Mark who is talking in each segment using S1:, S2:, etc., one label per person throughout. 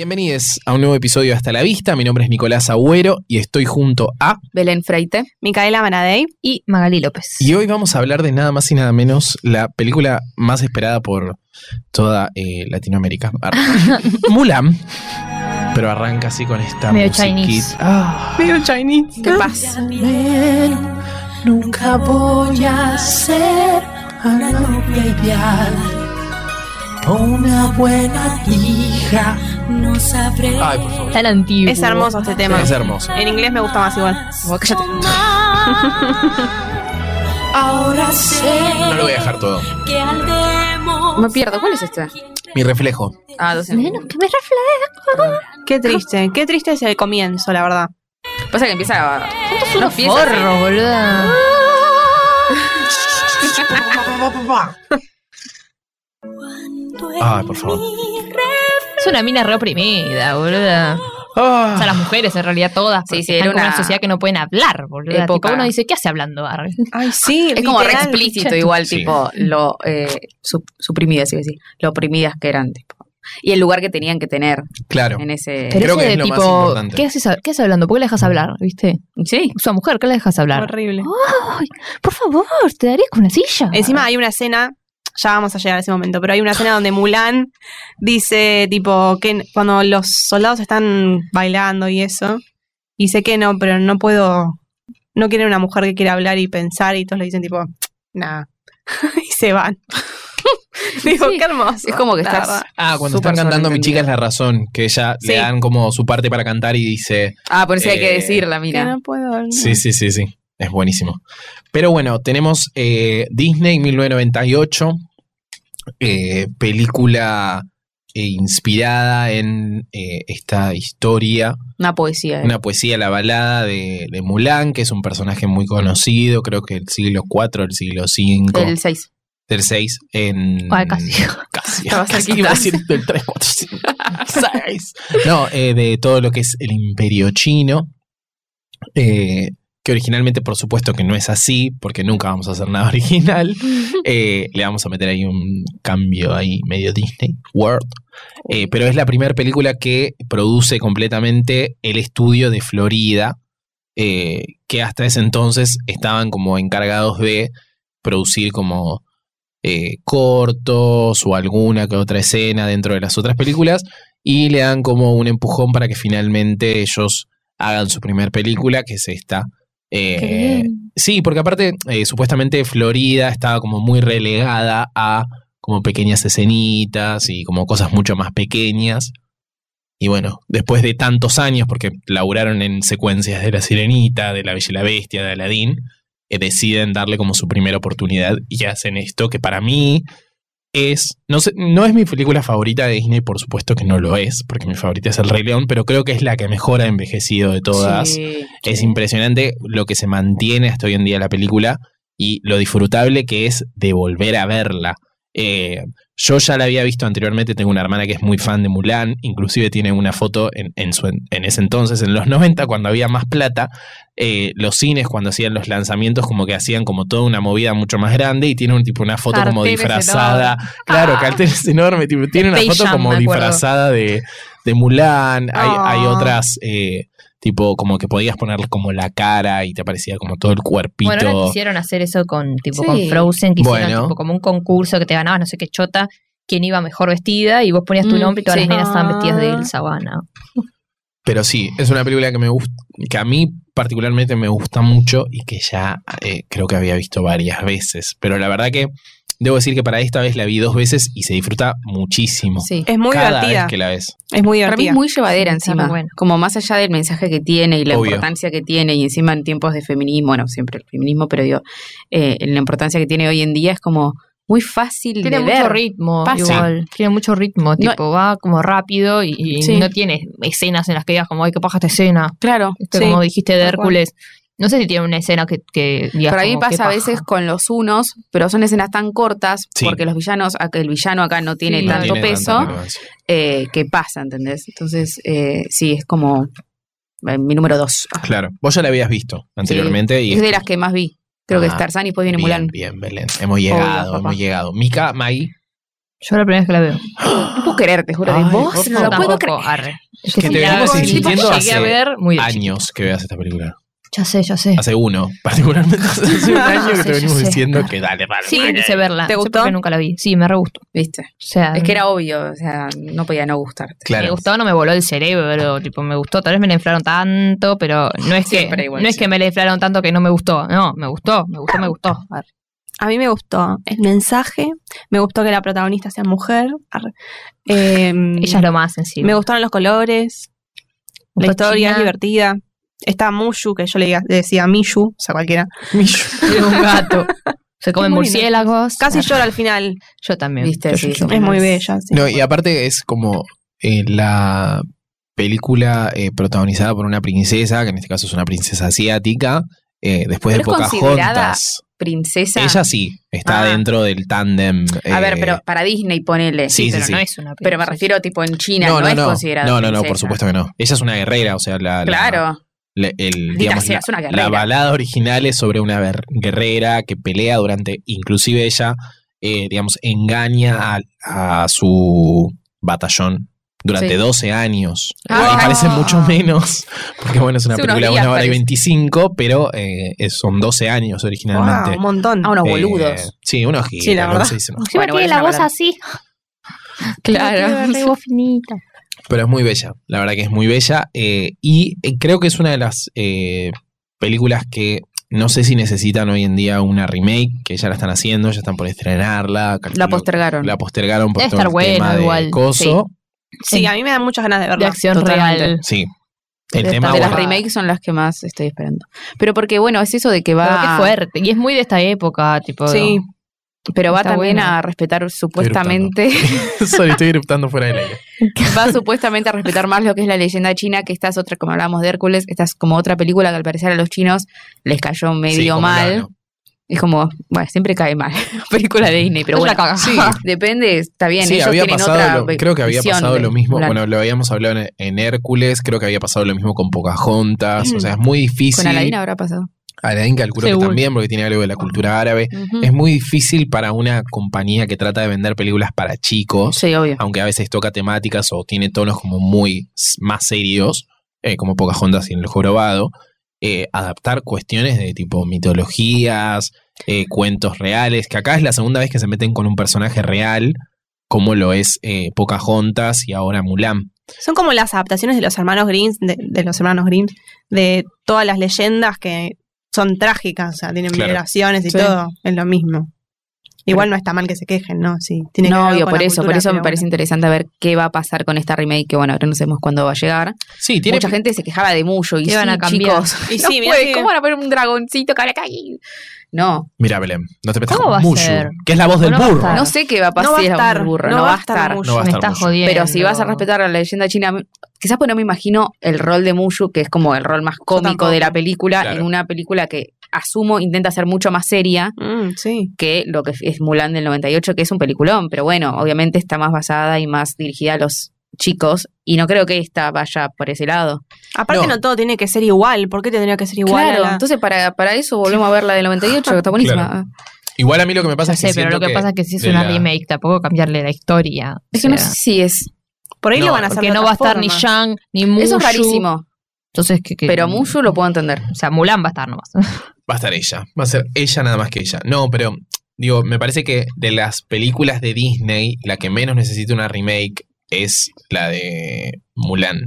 S1: Bienvenidos a un nuevo episodio de Hasta la Vista. Mi nombre es Nicolás Agüero y estoy junto a.
S2: Belén Freite
S3: Micaela Manadei.
S2: y Magali López.
S1: Y hoy vamos a hablar de nada más y nada menos la película más esperada por toda eh, Latinoamérica. Ar- Mulan. Pero arranca así con esta
S4: Medio
S1: musiquita.
S4: Chinese.
S1: Ah,
S2: Medio Chinese. ¿Qué pasa?
S5: Nunca voy a ser una novia ideal o una buena hija. No sabré.
S1: Ay, por favor.
S4: Tan antiguo.
S3: Es hermoso este tema.
S1: Es hermoso.
S3: En inglés me gusta más igual.
S2: Vos cállate.
S5: Ahora sé
S1: No lo voy a dejar todo.
S5: que al
S2: Me pierdo, ¿cuál es este?
S1: Mi reflejo.
S2: Ah, 12.
S4: Menos que me refleja.
S3: Qué triste, qué triste es el comienzo, la verdad.
S2: Pasa que empieza a.
S4: Unos forros, boluda.
S1: Ay, por favor.
S4: Es una mina reprimida, boluda.
S1: Ah.
S4: O sea, las mujeres en realidad todas. porque
S2: Sí, sí,
S4: están
S2: era
S4: como en
S2: una
S4: una sociedad que no pueden hablar, boluda. Tipo,
S2: época.
S4: uno dice, ¿qué hace hablando? Arre?
S3: Ay, sí.
S2: Es como re
S3: literal.
S2: explícito, igual,
S1: Sí.
S2: tipo, lo eh, su- suprimidas, iba a decir. Lo oprimidas que eran, tipo. Y el lugar que tenían que tener
S1: Claro.
S2: en ese.
S1: Creo
S4: Pero eso
S1: que
S4: de
S1: es lo más
S4: tipo,
S1: importante.
S4: ¿qué haces, ¿qué haces hablando? ¿Por qué la dejas hablar? ¿Viste?
S2: Sí.
S4: O sea, mujer, ¿qué la dejas hablar?
S3: Horrible.
S4: Por favor, te daría con una silla.
S3: Encima hay una escena, ya vamos a llegar a ese momento, pero hay una escena donde Mulan dice, tipo, que n- cuando los soldados están bailando y eso, y sé que no, pero no puedo, no quieren una mujer que quiera hablar y pensar, y todos le dicen, tipo, nada. y se van. Digo,
S4: Sí.
S3: qué hermoso.
S2: Es como que
S3: la
S2: estás-
S3: verdad.
S1: Ah, cuando
S2: Súper
S1: están cantando Mi chica
S2: sobreentendida.
S1: es la razón, que ella le
S3: Sí.
S1: dan como su parte para cantar y dice.
S2: Ah, por eso hay que
S1: Eh,
S2: decirla,
S3: Que
S2: mira.
S3: no puedo. hablar.
S1: Sí, sí, sí, sí. Es buenísimo. Pero bueno, tenemos eh, Disney 1998, eh, película eh, inspirada en eh, esta historia,
S2: Una poesía. eh.
S1: una poesía, la balada de, de Mulan, que es un personaje muy conocido, creo que el siglo IV, el siglo V,
S2: Del 6.
S1: del VI, en...
S4: Mm, Ay, casi.
S1: eh, Casi,
S2: Estaba
S1: casi
S2: cerquita.
S1: iba a decir del 3, 4, 5, 6. No, eh, de todo lo que es el imperio chino, eh, que originalmente por supuesto que no es así, porque nunca vamos a hacer nada original. Eh, le vamos a meter ahí un cambio ahí medio Disney World. Eh, pero es la primera película que produce completamente el estudio de Florida, eh, que hasta ese entonces estaban como encargados de producir como eh, cortos o alguna que otra escena dentro de las otras películas y le dan como un empujón para que finalmente ellos hagan su primer película, que es esta. Eh,
S4: Qué bien.
S1: Sí, porque aparte, eh, supuestamente Florida estaba como muy relegada a como pequeñas escenitas y como cosas mucho más pequeñas. Y bueno, después de tantos años, porque laburaron en secuencias de La Sirenita, de La Bella y la Bestia, de Aladdin, eh, deciden darle como su primera oportunidad y hacen esto que para mí es, no, sé, no es mi película favorita de Disney, por supuesto que no lo es, porque mi favorita es El Rey León, pero creo que es la que mejor ha envejecido de todas.
S2: Sí.
S1: Es impresionante lo que se mantiene hasta hoy en día la película y lo disfrutable que es de volver a verla. Eh, yo ya la había visto anteriormente, tengo una hermana que es muy fan de Mulan, inclusive tiene una foto en, en su- en ese entonces, en los 90, cuando había más plata, eh, los cines cuando hacían los lanzamientos como que hacían como toda una movida mucho más grande y tiene un tipo una foto como
S4: Carteles
S1: disfrazada, claro,
S4: Ah.
S1: carteles enormes, tipo, tiene una
S4: Space
S1: foto
S4: Jam,
S1: como
S4: me acuerdo.
S1: disfrazada de, de Mulan, hay, hay
S3: Ah.
S1: otras... eh, Tipo, como que podías poner como la cara y te aparecía como todo el cuerpito.
S4: Bueno, ahora quisieron hacer eso con tipo
S2: Sí.
S4: con Frozen, que hicieron
S1: Bueno.
S4: tipo, como un concurso que te ganabas no sé qué chota, quién iba mejor vestida, y vos ponías tu
S2: Mm,
S4: nombre y todas
S2: sí.
S4: las nenas estaban vestidas de
S3: Ah.
S4: Elsa o Anna.
S1: Pero sí, es una película que me gusta, que a mí particularmente me gusta mucho y que ya eh, creo que había visto varias veces. Pero la verdad que debo decir que para esta vez la vi dos veces y se disfruta muchísimo.
S2: Sí.
S3: Es muy
S1: cada
S3: divertida.
S1: vez que la ves.
S3: Es muy
S2: Para mí
S3: divertida.
S2: es muy llevadera
S4: Sí, está
S2: encima.
S4: muy bueno.
S2: Como más allá del mensaje que tiene y la
S1: Obvio.
S2: importancia que tiene, y encima en tiempos de feminismo, bueno, siempre el feminismo, pero digo, eh, la importancia que tiene hoy en día es como muy fácil
S4: Tiene
S2: de
S4: mucho
S2: ver.
S4: ritmo,
S2: Pasa.
S4: igual. Tiene mucho ritmo, tipo, va como rápido y, y
S2: Sí.
S4: no tiene escenas en las que digas como, ay, qué paja esta escena.
S2: Claro.
S4: Este,
S3: Sí,
S4: como dijiste de
S3: tal cual.
S4: Hércules. No sé si tiene una escena que, que digas
S2: Para mí
S4: como, qué
S2: pasa a
S4: paja.
S2: veces con los unos, pero son escenas tan cortas,
S1: Sí.
S2: porque los villanos, acá- el villano acá no tiene
S4: Sí,
S1: No
S2: tanto
S1: tiene tanta
S2: peso,
S1: relevancia.
S2: eh, que pasa, ¿entendés? Entonces, eh, sí, es como eh, mi número dos.
S1: Claro. Vos ya la habías visto anteriormente y
S2: Es de las que más vi. Creo que
S1: Ah,
S2: es Tarzán y después viene
S1: bien,
S2: Mulan.
S1: bien, Belén. Hemos llegado,
S2: papá.
S1: hemos llegado. Mika, Mai,
S4: Yo la primera vez que la veo.
S2: No puedo creer, te juro.
S1: Ay,
S2: que vos
S1: por
S2: no lo
S1: favor.
S2: puedo creer.
S4: Tampoco, arre. Es
S1: Que
S4: sí,
S1: te
S4: la
S1: venimos
S4: veo,
S1: insistiendo
S4: tipo, llegué a
S1: hace
S4: ver muy de chiquita.
S1: Años que veas esta película.
S4: Ya sé, ya sé.
S1: Hace uno, particularmente. Hace un año que
S4: Sí,
S1: te venimos
S4: sí, sí.
S1: diciendo que dale, dale.
S4: Sí,
S1: dale.
S4: quise verla.
S3: ¿Te
S4: No sé
S3: gustó?
S4: por qué nunca la vi. Sí, me re gustó. O
S2: Viste.
S4: sea,
S2: Es que era obvio, o sea, no podía no gustarte.
S4: Me
S1: Claro.
S4: gustó, no me voló el cerebro, tipo, me gustó, tal vez me la inflaron tanto, pero no es que
S2: Siempre igual,
S4: no es
S2: sí.
S4: que me la inflaron tanto que no me gustó, no, me gustó, me gustó, me gustó. Arre.
S3: A mí me gustó el mensaje, me gustó que la protagonista sea mujer. arre. Eh,
S4: Ella es lo más sensible.
S3: Me gustaron los colores, la
S4: Gustó
S3: historia es
S4: China.
S3: divertida. Está Mushu, que yo le, diga- le decía Mishu, o sea, cualquiera.
S4: Tiene un gato. Se comen
S3: muy lindo.
S4: murciélagos.
S3: Casi
S4: Arre.
S3: llora al final.
S4: Yo también.
S2: Viste,
S4: Yo,
S2: sí,
S4: yo, yo.
S2: sí.
S3: Es muy
S2: Nice.
S3: bella, sí.
S1: No, y aparte es como eh, la película eh, protagonizada por una princesa, que en este caso es una princesa asiática, eh, después
S2: Pero
S1: de
S2: es
S1: Pocahontas.
S2: Princesa.
S1: Ella sí, está
S2: Ah.
S1: dentro del tándem.
S2: A ver,
S1: eh,
S2: pero para Disney ponele.
S1: Sí,
S4: pero
S1: sí,
S4: no
S1: sí.
S4: es una
S2: Pero me refiero tipo en China, no,
S1: no, no,
S2: es
S1: no,
S2: considerada.
S1: no, no, no, por
S2: princesa.
S1: supuesto que no. Ella es una guerrera, o sea, la, la-
S2: Claro.
S1: la- el,
S2: Dita
S1: digamos,
S2: sea,
S1: la,
S2: es una
S1: la
S2: guerrera.
S1: balada original es sobre una ver- guerrera que pelea durante, inclusive ella, eh, digamos, engaña a, a su batallón durante
S2: Sí.
S1: 12 años.
S2: Ah.
S1: Ahí parece mucho menos, porque bueno, es una
S2: Sí, unos
S1: película de
S2: días
S1: una hora y
S2: parece.
S1: 25, pero eh, es- son 12 años
S3: Wow,
S1: originalmente.
S3: un montón.
S2: A unos
S1: Eh,
S2: boludos.
S1: sí, unos giros.
S3: Sí, la
S1: ¿no?
S3: verdad.
S1: Se dice, ¿no?
S4: Encima
S2: Bueno,
S4: tiene
S2: bueno,
S4: la voz
S2: es una
S4: así.
S2: Claro.
S4: Tiene la voz finita.
S1: Pero es muy bella, la verdad que es muy bella. eh, y eh, creo que es una de las eh, películas que no sé si necesitan hoy en día una remake, que ya la están haciendo, ya están por estrenarla.
S2: La
S1: calculo-
S2: postergaron.
S1: La postergaron por
S4: Debe
S1: todo
S4: estar
S1: el
S4: bueno
S1: tema de
S4: igual,
S1: coso.
S3: Sí, a mí me dan muchas ganas de
S4: De
S3: verla.
S4: acción
S2: Totalmente.
S4: real.
S1: Sí. El tema,
S4: Debe estar
S2: de
S1: bueno,
S2: las
S4: guapa.
S2: remakes son las que más estoy esperando. Pero porque, bueno, es eso de que
S4: Pero
S2: va.
S4: qué fuerte. Y es muy de esta época, tipo.
S3: Sí,
S2: Pero va
S4: Está
S2: también
S4: buena.
S2: a respetar supuestamente.
S1: sorry, estoy eruptando fuera del aire.
S2: va supuestamente a respetar más lo que es la leyenda china, que esta es otra, como hablábamos de Hércules, esta es como otra película que al parecer a los chinos les cayó
S1: Sí,
S2: medio
S1: como
S2: mal.
S1: la- no.
S2: Es como, bueno, siempre cae mal película de Disney, pero
S4: Es la
S2: bueno.
S4: caga.
S1: Sí.
S2: Depende, está bien.
S1: Sí,
S2: ellos
S1: había
S2: tienen
S1: pasado,
S2: otra
S1: lo-
S2: ve-
S1: creo que había
S2: visión
S1: pasado
S2: de-
S1: lo mismo.
S2: claro.
S1: Bueno, lo habíamos hablado en, en Hércules, creo que había pasado lo mismo con Pocahontas. O sea, es muy difícil.
S2: Con Aladina habrá pasado.
S1: Aladdin calculo
S4: Seguro.
S1: que también, porque tiene algo de la cultura árabe.
S2: Ujú.
S1: Es muy difícil para una compañía que trata de vender películas para chicos,
S2: Sí, obvio.
S1: aunque a veces toca temáticas o tiene tonos como muy s- más serios, eh, como Pocahontas y El Jorobado, eh, adaptar cuestiones de tipo mitologías, eh, cuentos reales, que acá es la segunda vez que se meten con un personaje real, como lo es eh, Pocahontas y ahora Mulan.
S3: son como las adaptaciones de los hermanos Grimm, de, de los hermanos Grimm, de todas las leyendas que son trágicas, o sea, tienen
S1: Claro.
S3: violaciones y
S2: Sí.
S3: todo, es lo mismo. Igual no está mal que se quejen, ¿no? Sí, tiene que ver
S2: No,
S3: algo
S2: obvio,
S3: con
S2: por
S3: la
S2: eso, por
S3: cultura,
S2: eso me
S3: pero
S2: parece
S3: bueno.
S2: interesante ver qué va a pasar con esta remake, que bueno, ahora no sabemos cuándo va a llegar.
S1: Sí, tiene
S2: Mucha gente se quejaba de Muyo y
S4: Iban
S2: sí,
S4: a cambiar.
S2: chicos.
S3: Y
S2: no
S3: sí, mirá
S2: puede,
S3: que-
S2: ¿Cómo van a poner un dragoncito que habla acá? y- No,
S1: Mira, Belén, no te metas
S4: ¿Cómo
S1: con
S4: va a
S1: Mushu,
S4: ser?
S1: que es la voz del
S4: No va a
S1: burro.
S4: estar.
S2: no sé qué va a pasar.
S3: No va a
S2: si era un
S3: estar,
S2: burro,
S3: no va a estar mucho.
S1: No va a
S4: Me
S1: estar
S4: estás
S1: mucho.
S4: jodiendo.
S2: Pero si vas a respetar la leyenda china, quizás pues no me imagino el rol de Mushu, que es como el rol más cómico
S3: tampoco.
S2: de la película,
S1: Claro.
S2: en una película que asumo intenta ser mucho más seria
S3: Mm, sí.
S2: que lo que es Mulan del 98, que es un peliculón, pero bueno, obviamente está más basada y más dirigida a los chicos, y no creo que esta vaya por ese lado.
S3: Aparte
S1: No.
S3: no. todo tiene que ser igual, ¿por qué tendría que ser igual?
S2: claro,
S3: a la-
S2: entonces para, para eso volvemos a ver la del 98, que está buenísima.
S1: Igual a mí lo que me pasa
S4: Ya
S1: es que
S4: sé, pero
S1: siento
S4: lo que, pasa es que si es
S1: de
S4: una
S1: la-
S4: remake, tampoco cambiarle la historia.
S2: Es que
S4: O
S2: no
S4: sea,
S2: sé si es...
S3: Por ahí
S1: No,
S3: lo van a hacer
S4: Porque
S3: de
S4: no
S3: otra
S4: va a estar ni
S3: forma.
S4: Shang ni Mushu.
S2: Eso es rarísimo,
S4: Entonces, que, que-
S2: pero Mushu lo puedo entender.
S4: O sea, Mulan va a estar nomás.
S1: va a estar ella. Va a ser ella nada más que ella. No, pero digo, me parece que de las películas de Disney, la que menos necesita una remake es la de Mulan.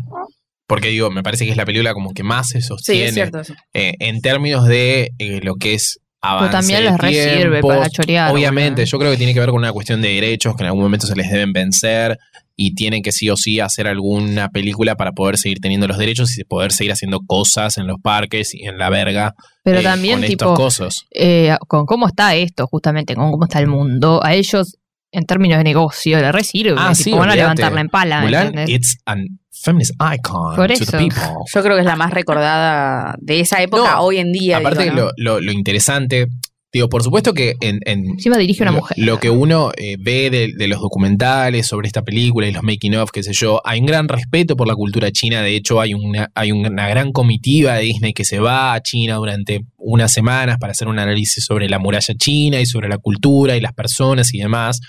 S1: Porque digo, me parece que es la película como que más se
S2: Sí,
S1: sostiene
S2: es cierto eso.
S1: eh, en términos de eh, lo que es avance
S4: Pero también
S1: de
S4: les resirve
S1: tiempos.
S4: para chorear.
S1: Obviamente,
S4: boludo.
S1: yo creo que tiene que ver con una cuestión de derechos que en algún momento se les deben vencer y tienen que sí o sí hacer alguna película para poder seguir teniendo los derechos y poder seguir haciendo cosas en los parques y en la verga
S4: Pero
S1: eh,
S4: también,
S1: con
S4: tipo,
S1: estos cosos.
S4: eh, con cómo está esto, justamente, con cómo está el mundo, a ellos, en términos de negocio, les resirve.
S1: Ah, sí,
S4: tipo, van a
S1: olvídate.
S4: levantarla en pala.
S1: Mulan,
S4: ¿entendés?
S1: it's an feminist icon
S4: Por
S1: to the
S4: eso.
S1: people.
S2: Yo creo que es la más recordada de esa época
S1: No,
S2: hoy en día.
S1: Aparte,
S2: digo, ¿no?
S1: lo, lo- lo interesante, digo, por supuesto que en, en
S4: Encima dirige una
S1: lo,
S4: mujer.
S1: lo que uno eh, ve de, de los documentales sobre esta película y los making of, qué sé yo, hay un gran respeto por la cultura china. De hecho, hay una, hay una gran comitiva de Disney que se va a China durante unas semanas para hacer un análisis sobre la muralla china y sobre la cultura y las personas y demás.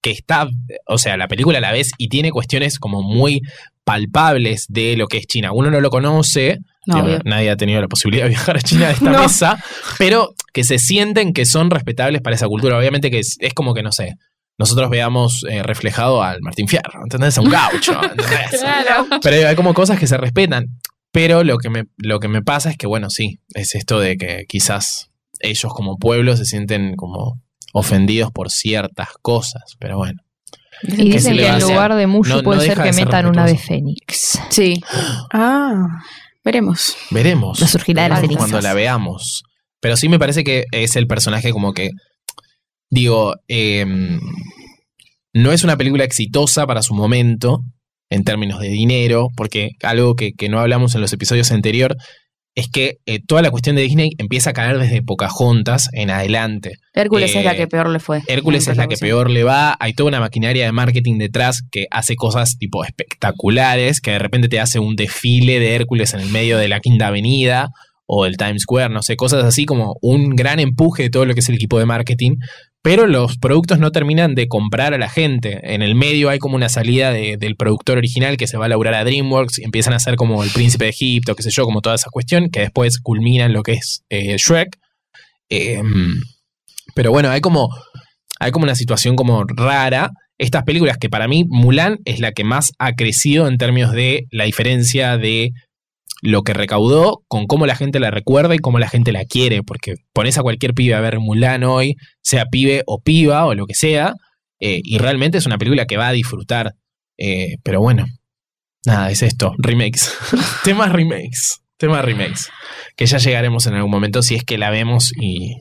S1: que está, o sea, la película a la vez y tiene cuestiones como muy palpables de lo que es China. Uno no lo conoce,
S2: No,
S1: digo,
S2: obvio.
S1: nadie ha tenido la posibilidad de viajar a China de esta
S3: No.
S1: mesa, pero que se sienten que son respetables para esa cultura. Obviamente que es, es como que, no sé, nosotros veamos eh, reflejado al Martín Fierro, ¿entendés? A un gaucho, ¿entendés? Pero hay como cosas que se respetan. Pero lo que me, lo que me pasa es que, bueno, sí, es esto de que quizás ellos como pueblo se sienten como ofendidos por ciertas cosas. Pero bueno.
S4: Y
S1: ¿Qué se
S4: dicen
S1: le
S4: que
S1: va a
S4: en
S1: hacer?
S4: lugar de Mushu
S1: No- no
S4: puede
S1: deja
S4: ser
S1: de
S4: que
S1: ser
S4: metan una ave
S1: respetuoso.
S4: fénix.
S2: Sí,
S3: Ah,
S2: veremos.
S1: Veremos.
S4: La surgirá de las
S1: Veremos
S4: cenizas.
S1: Cuando la veamos. Pero sí me parece que es el personaje como que. Digo. em, no es una película exitosa para su momento. En términos de dinero. Porque algo que, que no hablamos en los episodios anterior. Es que eh, toda la cuestión de Disney empieza a caer desde Pocahontas en adelante.
S2: Hércules
S1: Eh,
S2: es la que peor le fue.
S1: Hércules es la que peor le va. Hay toda una maquinaria de marketing detrás que hace cosas tipo espectaculares, que de repente te hace un desfile de Hércules en el medio de la Quinta Avenida o del Times Square, no sé, cosas así como un gran empuje de todo lo que es el equipo de marketing. Pero los productos no terminan de comprar a la gente. En el medio hay como una salida de- del productor original que se va a laburar a DreamWorks y empiezan a hacer como el Príncipe de Egipto, qué sé yo, como toda esa cuestión, que después culmina en lo que es eh, Shrek. Em, pero bueno, hay como hay como una situación como rara. Estas películas que para mí Mulan es la que más ha crecido en términos de la diferencia de lo que recaudó con cómo la gente la recuerda y cómo la gente la quiere, porque pones a cualquier pibe a ver Mulan hoy, sea pibe o piba o lo que sea, eh, y realmente es una película que va a disfrutar. Eh, pero bueno, nada, es esto, remakes. Temas remakes, temas remakes, que ya llegaremos en algún momento si es que la vemos y,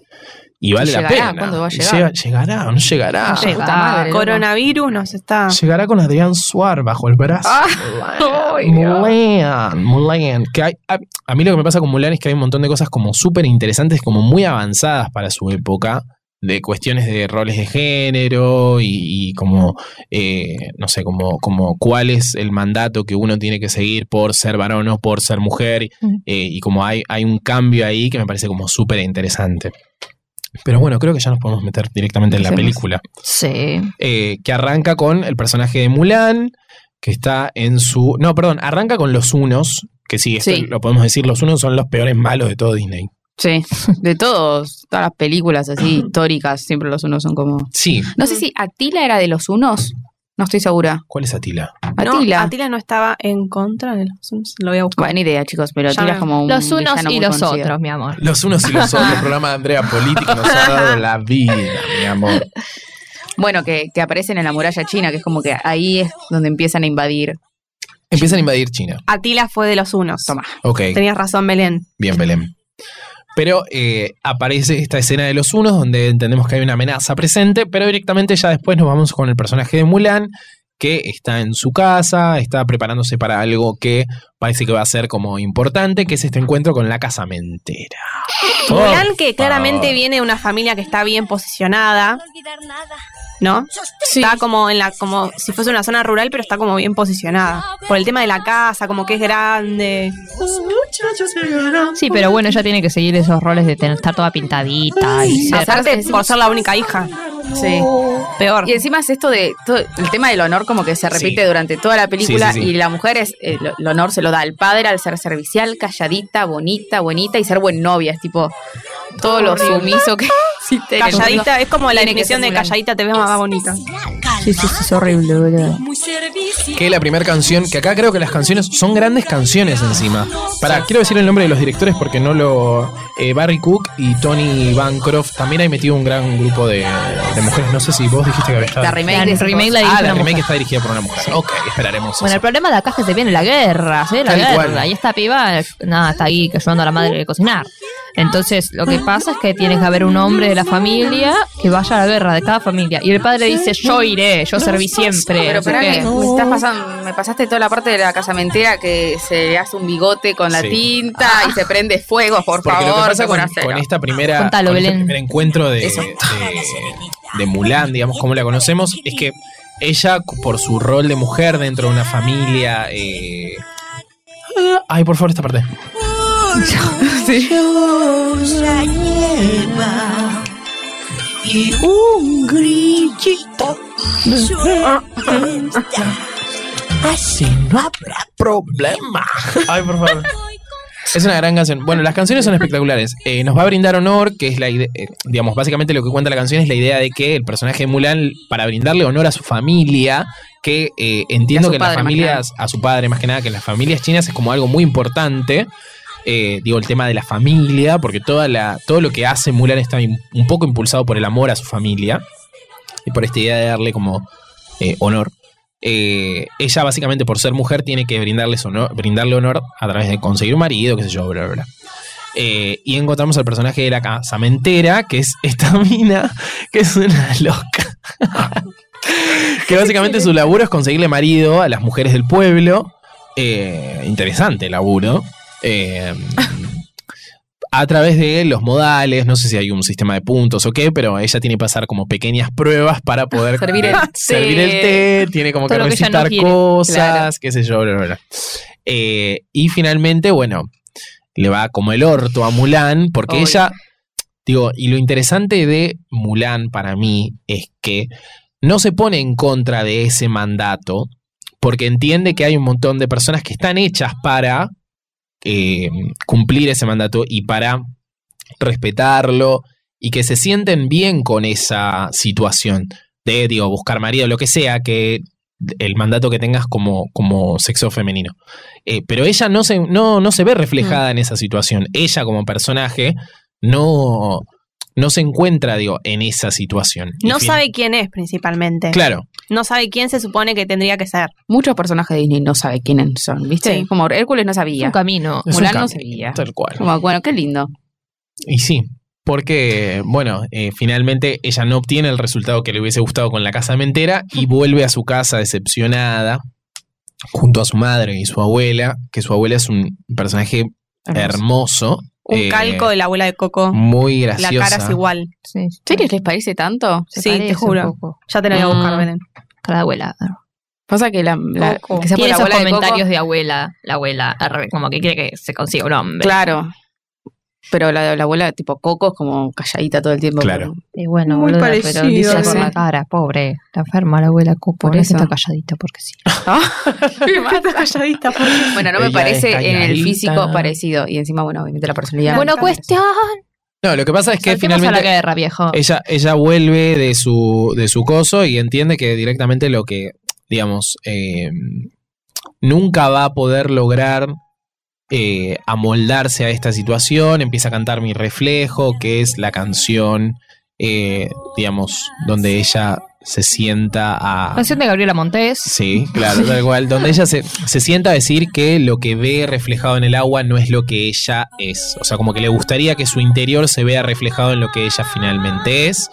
S1: y vale la
S2: llegará?
S1: pena.
S2: ¿Cuándo va a
S1: Y
S2: llegar?
S1: llega- llegará, no llegará.
S4: No llega. Ah.
S2: Puta madre, loco.
S3: coronavirus nos está.
S1: Llegará con Adrián Suar bajo el brazo. Mulan, Mulan, Mulan. Que hay- a, a mí lo que me pasa con Mulan es que hay un montón de cosas como súper interesantes, como muy avanzadas para su época, de cuestiones de roles de género y, y como, eh, no sé, como, como cuál es el mandato que uno tiene que seguir por ser varón o por ser mujer. eh,
S4: Mm.
S1: y como hay, hay un cambio ahí que me parece como súper interesante. Pero bueno, creo que ya nos podemos meter directamente en la
S4: Empecemos.
S1: película
S4: Sí.
S1: eh, que arranca con el personaje de Mulan, que está en su... No, perdón, arranca con los unos, que sí, esto
S2: Sí.
S1: lo podemos decir, los unos son los peores malos de todo Disney.
S2: Sí, de todos, todas las películas así históricas, siempre los unos son como...
S1: Sí,
S2: No
S4: Mm.
S2: sé si Atila era de los unos, no estoy segura.
S1: ¿cuál es Atila?
S3: No,
S2: Atila.
S3: Atila no estaba en contra de los Simpsons. Lo voy a buscar.
S2: Bueno, ni idea, chicos, pero
S3: Ya
S2: Atila es
S3: me-
S2: como un
S4: Los unos
S2: villano
S4: y
S2: muy
S4: los
S2: conocido.
S4: otros, mi amor.
S1: Los unos y los otros, el programa de Andrea Política nos ha dado la vida, mi amor.
S2: Bueno, que, que aparecen en la muralla china, que es como que ahí es donde empiezan a invadir.
S1: Empiezan a invadir China.
S3: Atila fue de los unos.
S2: Toma.
S1: Ok,
S3: Tenías razón, Belén.
S1: bien Belén. Pero eh, aparece esta escena de los unos donde entendemos que hay una amenaza presente, pero directamente ya después nos vamos con el personaje de Mulan, que está en su casa, está preparándose para algo que parece que va a ser como importante, que es este encuentro con la casamentera. Oh.
S3: Mulan, que
S1: Por
S3: claramente
S1: favor.
S3: viene de una familia que está bien posicionada, ¿no? Está como en la, como si fuese una zona rural, pero está como bien posicionada. Por el tema de la casa, como que es grande.
S2: Ah.
S4: Sí, pero bueno, ella tiene que seguir esos roles de tener, estar toda pintadita y ser-
S3: Aparte, Este, por ser la única hija,
S2: Sí.
S3: peor.
S2: Y encima es esto de todo, el tema del honor como que se repite
S1: Sí.
S2: durante toda la película
S1: Sí, sí, sí.
S2: y la mujer es el, el honor se lo da al padre al ser servicial, calladita, bonita, bonita y ser buen novia, es tipo todo lo sumiso que existe. en el mundo.
S3: Calladita, es como la
S2: Tiene que
S3: definición
S2: ser
S3: de
S2: Mulan.
S3: calladita te ves más bonita.
S5: Sí, sí, sí, es horrible, boludo.
S1: Que la primera canción, que acá creo que las canciones son grandes canciones encima. Para, quiero decir el nombre de los directores porque no lo... eh, Barry Cook y Tony Bancroft también hay metido un gran grupo de, de mujeres. No sé si vos dijiste que había estado...
S2: La remake,
S4: La
S2: de
S4: remake la
S1: Ah,
S4: dirige
S1: la
S4: una
S1: remake
S4: mujer.
S1: está dirigida por una mujer. Ok, esperaremos.
S4: Bueno, el
S1: eso.
S4: problema de acá es que se viene la guerra, se viene la
S1: Tal
S4: guerra.
S1: cual.
S4: Y esta piba, nada, está ahí ayudando a la madre a cocinar. Entonces, lo que pasa es que tiene que haber un hombre de la familia que vaya a la guerra de cada familia. Y el padre dice, yo iré, yo serví siempre.
S2: Pero
S4: no sé
S2: pará
S4: qué.
S2: que me, estás pasando, me pasaste toda la parte de la casamentera que se hace un bigote con la
S1: Sí.
S2: tinta y se prende fuego, por
S1: Porque
S2: favor.
S1: lo que pasa
S2: qué
S1: con,
S2: buena
S1: con
S2: cera.
S1: esta primera,
S4: Contalo,
S1: con este
S4: Belén.
S1: primer encuentro de,
S2: Eso.
S1: de, de Mulan, digamos, como la conocemos, es que ella, por su rol de mujer dentro de una familia... eh, Ah, Ay, por favor, esta parte.
S5: Sí. Un grillito.
S3: Ah.
S1: Así no habrá problema. Ay, por favor. Es una gran canción. Bueno, las canciones son espectaculares. Eh, nos va a brindar honor, que es la idea, eh, digamos, básicamente lo que cuenta la canción es la idea de que el personaje de Mulan, para brindarle honor a su familia, que eh, entiendo
S2: su
S1: que en las
S2: padre, más que
S1: familias, a su padre más que nada, que en las familias chinas es como algo muy importante. Eh, digo, el tema de la familia, porque toda la, todo lo que hace Mulan está im- un poco impulsado por el amor a su familia y por esta idea de darle como eh, honor. Eh, ella básicamente por ser mujer tiene que brindarles honor, brindarle honor a través de conseguir un marido, qué sé yo, bla, bla, bla. Eh, y encontramos al personaje de la casamentera, que es esta mina, que es una loca. que básicamente su laburo es conseguirle marido a las mujeres del pueblo. Eh, interesante laburo. Eh, a través de los modales, no sé si hay un sistema de puntos o qué, pero ella tiene que pasar como pequeñas pruebas para poder
S2: Servir el
S1: eh, servir el té, tiene como
S4: Todo
S1: que
S4: lo que ella no
S1: recitar
S4: quiere,
S1: cosas,
S4: claro.
S1: qué sé yo, bla, bla, bla. Eh, y finalmente, bueno, le va como el orto a Mulan, porque
S2: Obvio.
S1: ella, digo, y lo interesante de Mulan para mí es que no se pone en contra de ese mandato, porque entiende que hay un montón de personas que están hechas para eh, cumplir ese mandato y para respetarlo y que se sienten bien con esa situación de, digo, buscar marido, lo que sea, que el mandato que tengas como, como sexo femenino. Eh, pero ella no se, no, no se ve reflejada en esa situación. Ella como personaje no, no se encuentra, digo, en esa situación. Y
S3: No
S1: fin-
S3: sabe quién es principalmente.
S1: Claro.
S3: No sabe quién se supone que tendría que ser.
S2: Muchos personajes de Disney no saben quiénes son, ¿viste?
S3: Sí.
S2: Como Hércules no
S4: Es un
S2: sabía.
S4: camino.
S1: Es un
S2: Mulan no
S1: cambio,
S2: sabía.
S1: Tal cual.
S2: Como, bueno, qué lindo.
S1: Y sí, porque, bueno, eh, finalmente ella no obtiene el resultado que le hubiese gustado con la casa mentera y vuelve a su casa decepcionada junto a su madre y su abuela, que su abuela es un personaje hermoso.
S3: Un
S1: eh,
S3: calco de la abuela de Coco.
S1: Muy
S3: La
S1: graciosa.
S3: cara es igual.
S4: Sí,
S2: ¿En serio les parece tanto?
S4: se
S3: Sí, te
S4: parece un
S3: juro.
S4: poco.
S3: Ya te lo voy a buscar,
S2: Mm.
S3: Belén.
S4: Cada abuela.
S2: Pasa que la, la
S3: Coco.
S2: que sea por
S4: Tiene
S2: la
S4: esos
S2: abuela de Coco-
S4: comentarios de abuela, la abuela, arre, como que quiere que se consiga un hombre.
S2: Claro. Pero la, la abuela tipo Coco es como calladita todo el tiempo.
S1: Claro.
S4: Y bueno,
S3: Muy
S4: boluda,
S3: parecido,
S4: pero dice por
S2: sí.
S4: la cara, pobre, la enferma la abuela Coco,
S2: Por
S4: por
S2: eso.
S4: eso está calladita porque sí.
S2: ¿Qué más?
S3: calladita. por-
S2: bueno, no me
S1: Ella
S2: parece
S1: es
S2: en el
S1: calladita.
S2: físico parecido. Y encima, bueno, obviamente la personalidad.
S4: bueno,
S3: Claro.
S4: cuestión.
S1: No, lo que pasa es que
S4: Saltemos a la
S1: finalmente
S4: guerra, viejo.
S1: ella, ella vuelve de su, de su coso y entiende que directamente lo que, digamos, eh, nunca va a poder lograr eh, amoldarse a esta situación. Empieza a cantar Mi Reflejo, que es la canción, eh, digamos, donde ella se sienta a...
S4: Canción de Gabriela Montes.
S1: Sí, claro, tal cual. Donde ella se, se sienta a decir que lo que ve reflejado en el agua no es lo que ella es. O sea, como que le gustaría que su interior se vea reflejado en lo que ella finalmente es.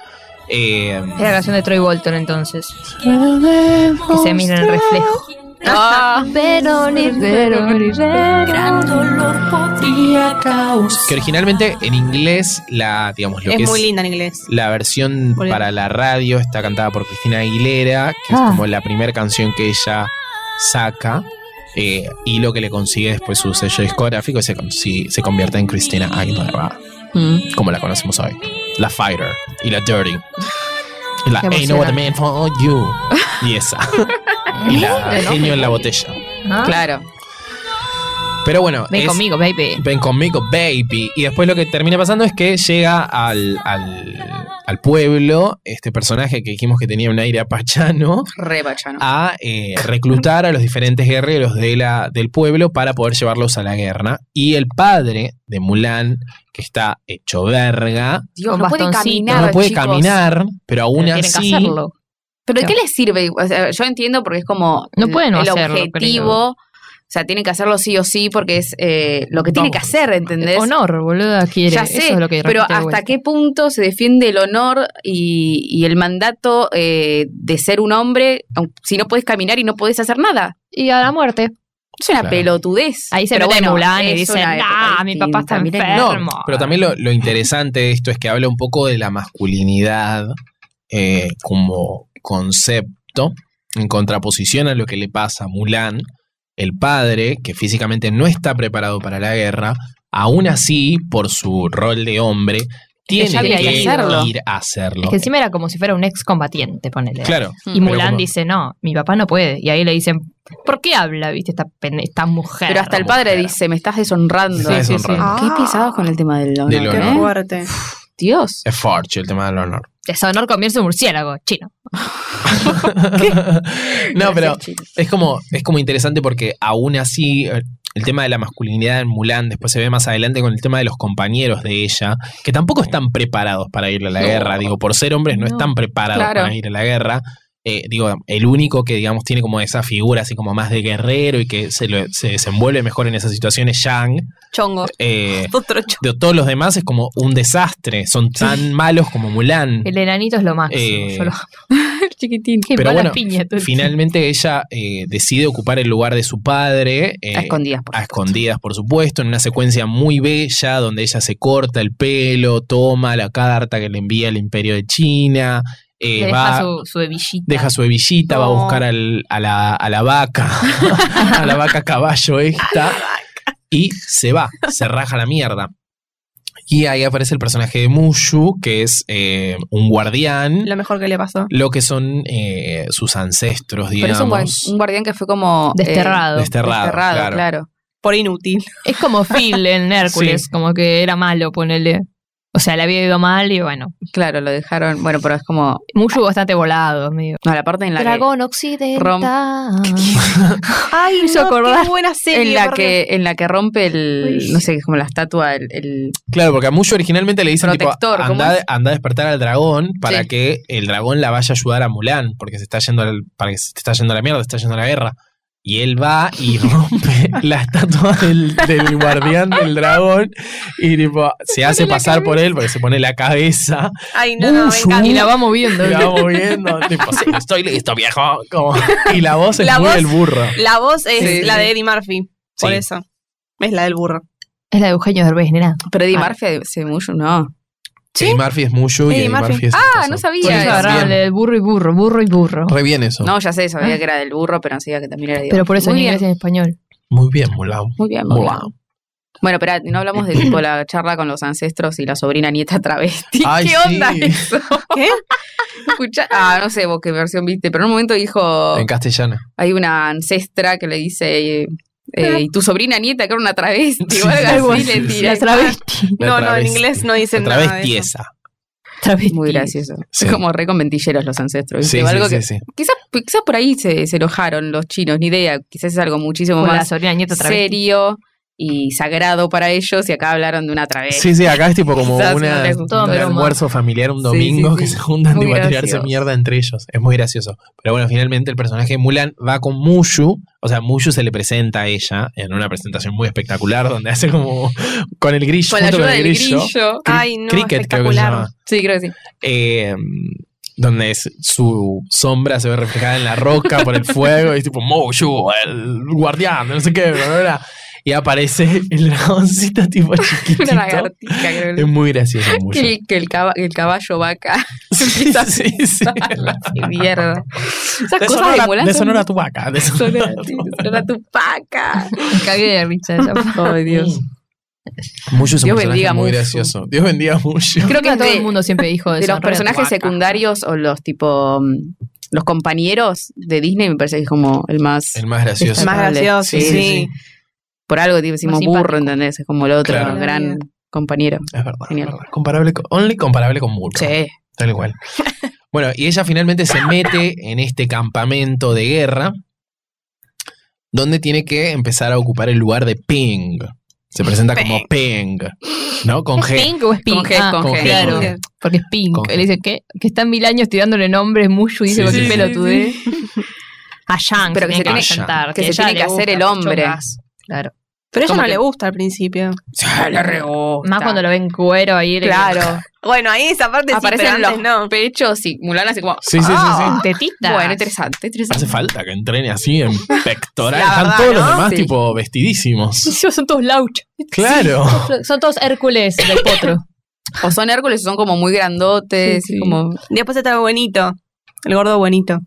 S1: Eh,
S4: Es la canción de Troy Bolton entonces. Que se mira en el reflejo.
S2: Ah,
S4: Pero ni pero ni
S5: Gran dolor podría causar.
S1: que originalmente en inglés la, digamos, lo
S3: Es
S1: que
S3: muy
S1: es
S3: linda en inglés.
S1: la versión
S3: Boludo.
S1: para la radio está cantada por Cristina Aguilera, que
S4: Ah.
S1: es como la primera canción que ella saca. eh, y lo que le consigue después su sello discográfico se, con- si- se convierte en Cristina Aguilera.
S2: Mm.
S1: como la conocemos hoy. La Fighter y la Dirty. Y la
S4: Qué
S1: Ain't No What a
S4: emocionante.
S1: Man for You. Y esa. y la Genio en la botella.
S2: Claro.
S1: Pero bueno,
S4: Ven
S1: es-
S4: conmigo, baby.
S1: Ven conmigo, baby. Y después lo que termina pasando es que llega al, al, al pueblo este personaje que dijimos que tenía un aire apachano
S2: Re pachano.
S1: a eh, reclutar a los diferentes guerreros de la, del pueblo para poder llevarlos a la guerra. Y el padre de Mulan, que está hecho verga,
S2: Dios,
S4: Con
S2: no puede
S4: bastoncito.
S2: caminar.
S1: no puede
S2: chicos.
S1: caminar, pero aún
S4: Pero tienen
S1: así.
S4: que hacerlo.
S2: ¿Pero de qué
S4: Claro.
S2: les sirve? O sea, yo entiendo porque es como
S4: No pueden no
S2: el
S4: hacerlo,
S2: objetivo. O sea, tienen que hacerlo sí o sí porque es eh, lo que tiene que
S1: Vamos.
S2: hacer, ¿entendés?
S4: Honor, boluda, quiere.
S2: Ya sé,
S4: Eso es lo que
S2: pero
S4: repite de
S2: ¿hasta
S4: vuelta.
S2: qué punto se defiende el honor y, y el mandato eh, de ser un hombre aun- si no puedes caminar y no puedes hacer nada?
S4: Y a la muerte.
S2: Es una
S1: Claro.
S2: pelotudez.
S4: Ahí se
S2: Pero
S4: mete
S2: bueno,
S4: Mulan y
S2: es
S4: dice,
S2: una época
S4: nah, mi papá está
S2: distinta, miren".
S4: enfermo.
S1: No, pero también lo, lo interesante de esto es que habla un poco de la masculinidad eh, como concepto, en contraposición a lo que le pasa a Mulan, el padre, que físicamente no está preparado para la guerra, aún así, por su rol de hombre, tiene
S4: ya había
S1: que
S4: ido a hacerlo.
S1: ir a hacerlo.
S4: Es que encima era como si fuera un excombatiente, ponele.
S1: Claro.
S4: Y
S1: Pero
S4: Mulan
S1: como-
S4: dice, no, mi papá no puede. Y ahí le dicen, ¿por qué habla, viste, esta, pende- esta mujer?
S2: Pero hasta el
S1: mujer.
S2: padre dice, me estás deshonrando.
S1: Está
S2: Sí, sí, sí.
S1: deshonrando.
S2: Qué pesados con el tema del honor,
S1: Del
S3: Qué
S1: honor. Eh,
S2: ¿eh?
S3: fuerte.
S2: Ah. Dios.
S1: Es Forge el tema del honor.
S4: Deshonor comienza un murciélago chino.
S1: no, pero
S2: Gracias, chicos.
S1: es como, es como interesante porque aún así eh, el tema de la masculinidad en Mulan después se ve más adelante con el tema de los compañeros de ella, que tampoco están preparados para ir a la
S4: No.
S1: guerra. Digo, por ser hombres no,
S4: No.
S1: están preparados
S2: Claro.
S1: para ir a la guerra. Eh, digo, el único que, digamos, tiene como esa figura así como más de guerrero y que se, lo- se desenvuelve mejor en esas situaciones, Shang.
S3: Chongo.
S1: Eh,
S3: Otro chongo.
S1: de todos los demás es como un desastre. Son tan malos como Mulan.
S4: El enanito es lo máximo.
S1: Eh,
S4: Yo lo
S2: Chiquitín.
S4: que
S1: pero
S4: mala
S1: bueno,
S4: piña, todo el-
S1: Finalmente ella eh, decide ocupar el lugar de su padre. eh,
S2: A escondidas, por
S1: a escondidas, por supuesto, en una secuencia muy bella donde ella se corta el pelo, toma la carta que le envía el imperio de China, eh,
S4: Le
S1: va,
S4: deja su, su hebillita.
S1: deja su hebillita, va a
S3: No.
S1: buscar al- a, la, a la vaca, a la vaca caballo esta, y se va, se raja la mierda. Y ahí aparece el personaje de Mushu, que es eh, un guardián,
S3: Lo mejor que le pasó.
S1: lo que son eh, sus ancestros,
S2: Pero es un, guar-
S1: digamos.
S2: un guardián que fue como... eh,
S4: Desterrado.
S1: desterrado,
S2: desterrado,
S1: claro.
S2: claro.
S3: Por inútil.
S4: Es como Phil en Hércules,
S1: Sí.
S4: como que era malo, ponele. O sea, le había ido mal y bueno.
S2: Claro, lo dejaron... Bueno, pero es como...
S4: Mushu bastante volado, medio.
S2: No, la parte en la que...
S4: Dragón occidental.
S3: Ay,
S4: hizo acordar
S3: qué buena serie.
S2: en la
S3: por
S2: que en la que rompe el
S3: Uy.
S2: no sé como la estatua el, el-
S1: Claro, porque a Mushu originalmente le dicen tipo,
S2: Protector, ¿cómo
S1: anda,
S2: es?
S1: anda a despertar al dragón para
S2: Sí.
S1: que el dragón la vaya a ayudar a Mulan, porque se está yendo al- para que se te está yendo a la mierda, se está yendo a la guerra. Y él va y rompe la estatua del, del guardián del dragón y tipo, se hace pasar por él porque se pone la cabeza
S3: Dios. Ay, no, no, me
S1: Mushu.
S3: encanta.
S4: Y la va moviendo.
S1: y la va moviendo. tipo, "Sí, estoy listo, viejo. como- y la voz es
S3: La
S1: muy
S3: voz-
S1: del burro.
S3: La voz es
S2: Sí,
S3: la
S2: sí.
S3: de Eddie Murphy. Por
S1: Sí.
S3: eso. Es la del burro.
S4: Es la de Eugenio Derbez, nena.
S2: pero Eddie
S4: Ah.
S2: Murphy se mucho no
S1: Eddie Murphy es Mushu y
S3: Eddie
S1: Eddie Murphy,
S3: Murphy.
S1: es.
S2: ah
S1: entonces,
S2: no
S4: Por
S2: sabía
S4: eso
S1: bien.
S4: agarraban el burro y burro, burro y burro.
S1: Re bien eso.
S2: no ya sé sabía que era del burro pero no sabía que también era de
S4: Ah. Pero por eso
S2: muy
S4: en
S2: bien
S4: inglés y en español.
S1: Muy bien, Mulan.
S2: muy bien muy bien.
S1: Mulan.
S2: bueno pero no hablamos de tipo la charla con los ancestros y la sobrina nieta travesti
S1: Ay,
S2: qué
S1: sí.
S2: onda eso
S3: ¿Qué?
S2: Escucha- ah no sé vos qué versión viste pero en un momento dijo
S1: En castellano.
S2: hay una ancestra que le dice eh, eh, y tu sobrina nieta que era una travesti o
S1: Sí,
S2: algo así
S1: sí,
S2: le
S1: sí.
S2: tira.
S4: La travesti.
S1: La
S3: No, no, en
S1: travesti.
S3: inglés no
S1: La
S3: dicen nada. de eso.
S1: travestiesa.
S4: travesti.
S2: Muy gracioso.
S1: Sí.
S2: Es como re con ventilleros los ancestros. ¿viste?
S1: Sí, sí,
S2: algo
S1: sí,
S2: que,
S1: sí.
S2: Quizás, quizás por ahí se, se enojaron los chinos, ni idea. Quizás es algo muchísimo
S4: Con la
S2: más
S4: sobrina nieta travesti.
S2: serio y sagrado para ellos y acá hablaron de una travesti.
S1: Sí, sí, acá es tipo como
S2: Quizás no
S1: una,
S2: les gustó,
S1: un
S4: pero
S1: almuerzo familiar un
S2: Sí,
S1: domingo
S2: sí, sí.
S1: que se juntan
S2: Muy
S1: tipo, a tirarse
S2: gracioso.
S1: mierda entre ellos. Es muy gracioso. Pero bueno, finalmente el personaje de Mulan va con Mushu. O sea, Mushu se le presenta a ella en una presentación muy espectacular donde hace como con el grillo.
S2: Con la
S1: junto
S2: ayuda
S1: el
S2: del grillo.
S1: Cri-
S3: Ay,
S1: cricket creo
S3: no,
S1: que se
S3: espectacular.
S1: llama.
S2: Sí, creo que sí.
S1: Eh, donde es- su sombra se ve reflejada en la roca por el fuego y es tipo Mushu, el guardián, no sé qué, bla, bla, bla. Y aparece el dragoncito tipo chiquitito.
S2: Una lagartija, creo.
S1: Es muy gracioso
S2: Que
S1: Mushu.
S2: el, que el, caba- el caballo vaca.
S1: Sí, sí, sí.
S2: Qué mierda. Esas cosas de
S1: Deshonora,
S2: Mulan son-
S1: deshonora a tu vaca. deshonora a
S2: deshonora a
S1: tu
S2: ti,
S1: vaca.
S2: deshonora a tu vaca.
S4: Me Cagué de risa. esa parte.
S2: Ay, Dios.
S1: Mushu es un
S2: Dios
S1: personaje
S2: bendiga a
S1: muy
S2: Mushu.
S1: gracioso. Dios bendiga a Mushu.
S2: Creo que
S4: Nunca todo
S2: de-
S4: el mundo siempre dijo eso.
S2: de los personajes secundarios o los tipo mm, los compañeros de Disney me parece que es como el más
S1: El más gracioso.
S3: Es más
S2: Destacable.
S3: gracioso,
S1: Sí,
S3: sí.
S1: sí, sí.
S2: por algo tipo, decimos
S4: Más
S2: burro
S4: simpático.
S2: entendés es como el otro
S1: Claro.
S2: gran compañero
S1: Es verdad. es
S2: Genial.
S1: verdad. Comparable con, only comparable con Mulca.
S2: sí
S1: Tal cual. Bueno, y ella finalmente se mete en este campamento de guerra donde tiene que empezar a ocupar el lugar de Ping. Se presenta como Ping, ¿no? Con
S4: ¿Es
S1: G.
S4: pink o es pink?
S2: con G,
S4: Ah,
S2: con
S1: con
S2: G.
S1: G,
S4: Claro,
S1: con G.
S4: porque es pink.
S1: Con G.
S4: Él dice que, que están mil años tirándole nombres mucho y dice
S1: Sí,
S4: con
S1: sí,
S4: qué
S1: sí,
S4: pelotudez. A Yang,
S2: Pero que se tiene-
S4: presentar,
S2: que se
S4: ella
S2: tiene
S4: le
S2: que hacer
S4: gusta
S2: el
S4: mucho
S2: hombre.
S4: más. Claro.
S3: Pero a ella
S2: Como
S3: no
S2: que-
S3: le gusta al principio.
S2: Sí, le re gusta.
S4: Más cuando lo ven cuero ahí. le-
S2: claro
S3: Bueno, ahí esa parte sí, pero
S2: aparecen los
S3: antes no.
S2: pechos y Mulan así como
S1: Sí, sí, sí, sí.
S4: Con Tetitas.
S2: bueno interesante interesante
S1: Hace falta que entrene así en pectoral.
S3: La
S1: Están
S3: verdad,
S1: todos los
S3: ¿no?
S1: demás
S2: Sí.
S1: tipo vestidísimos.
S4: Sí, Son todos lauch.
S1: Claro.
S4: Son todos Hércules del potro.
S2: o son Hércules o son como muy grandotes
S4: Sí,
S2: y
S4: sí.
S2: como
S3: Después está el buenito. El gordo buenito.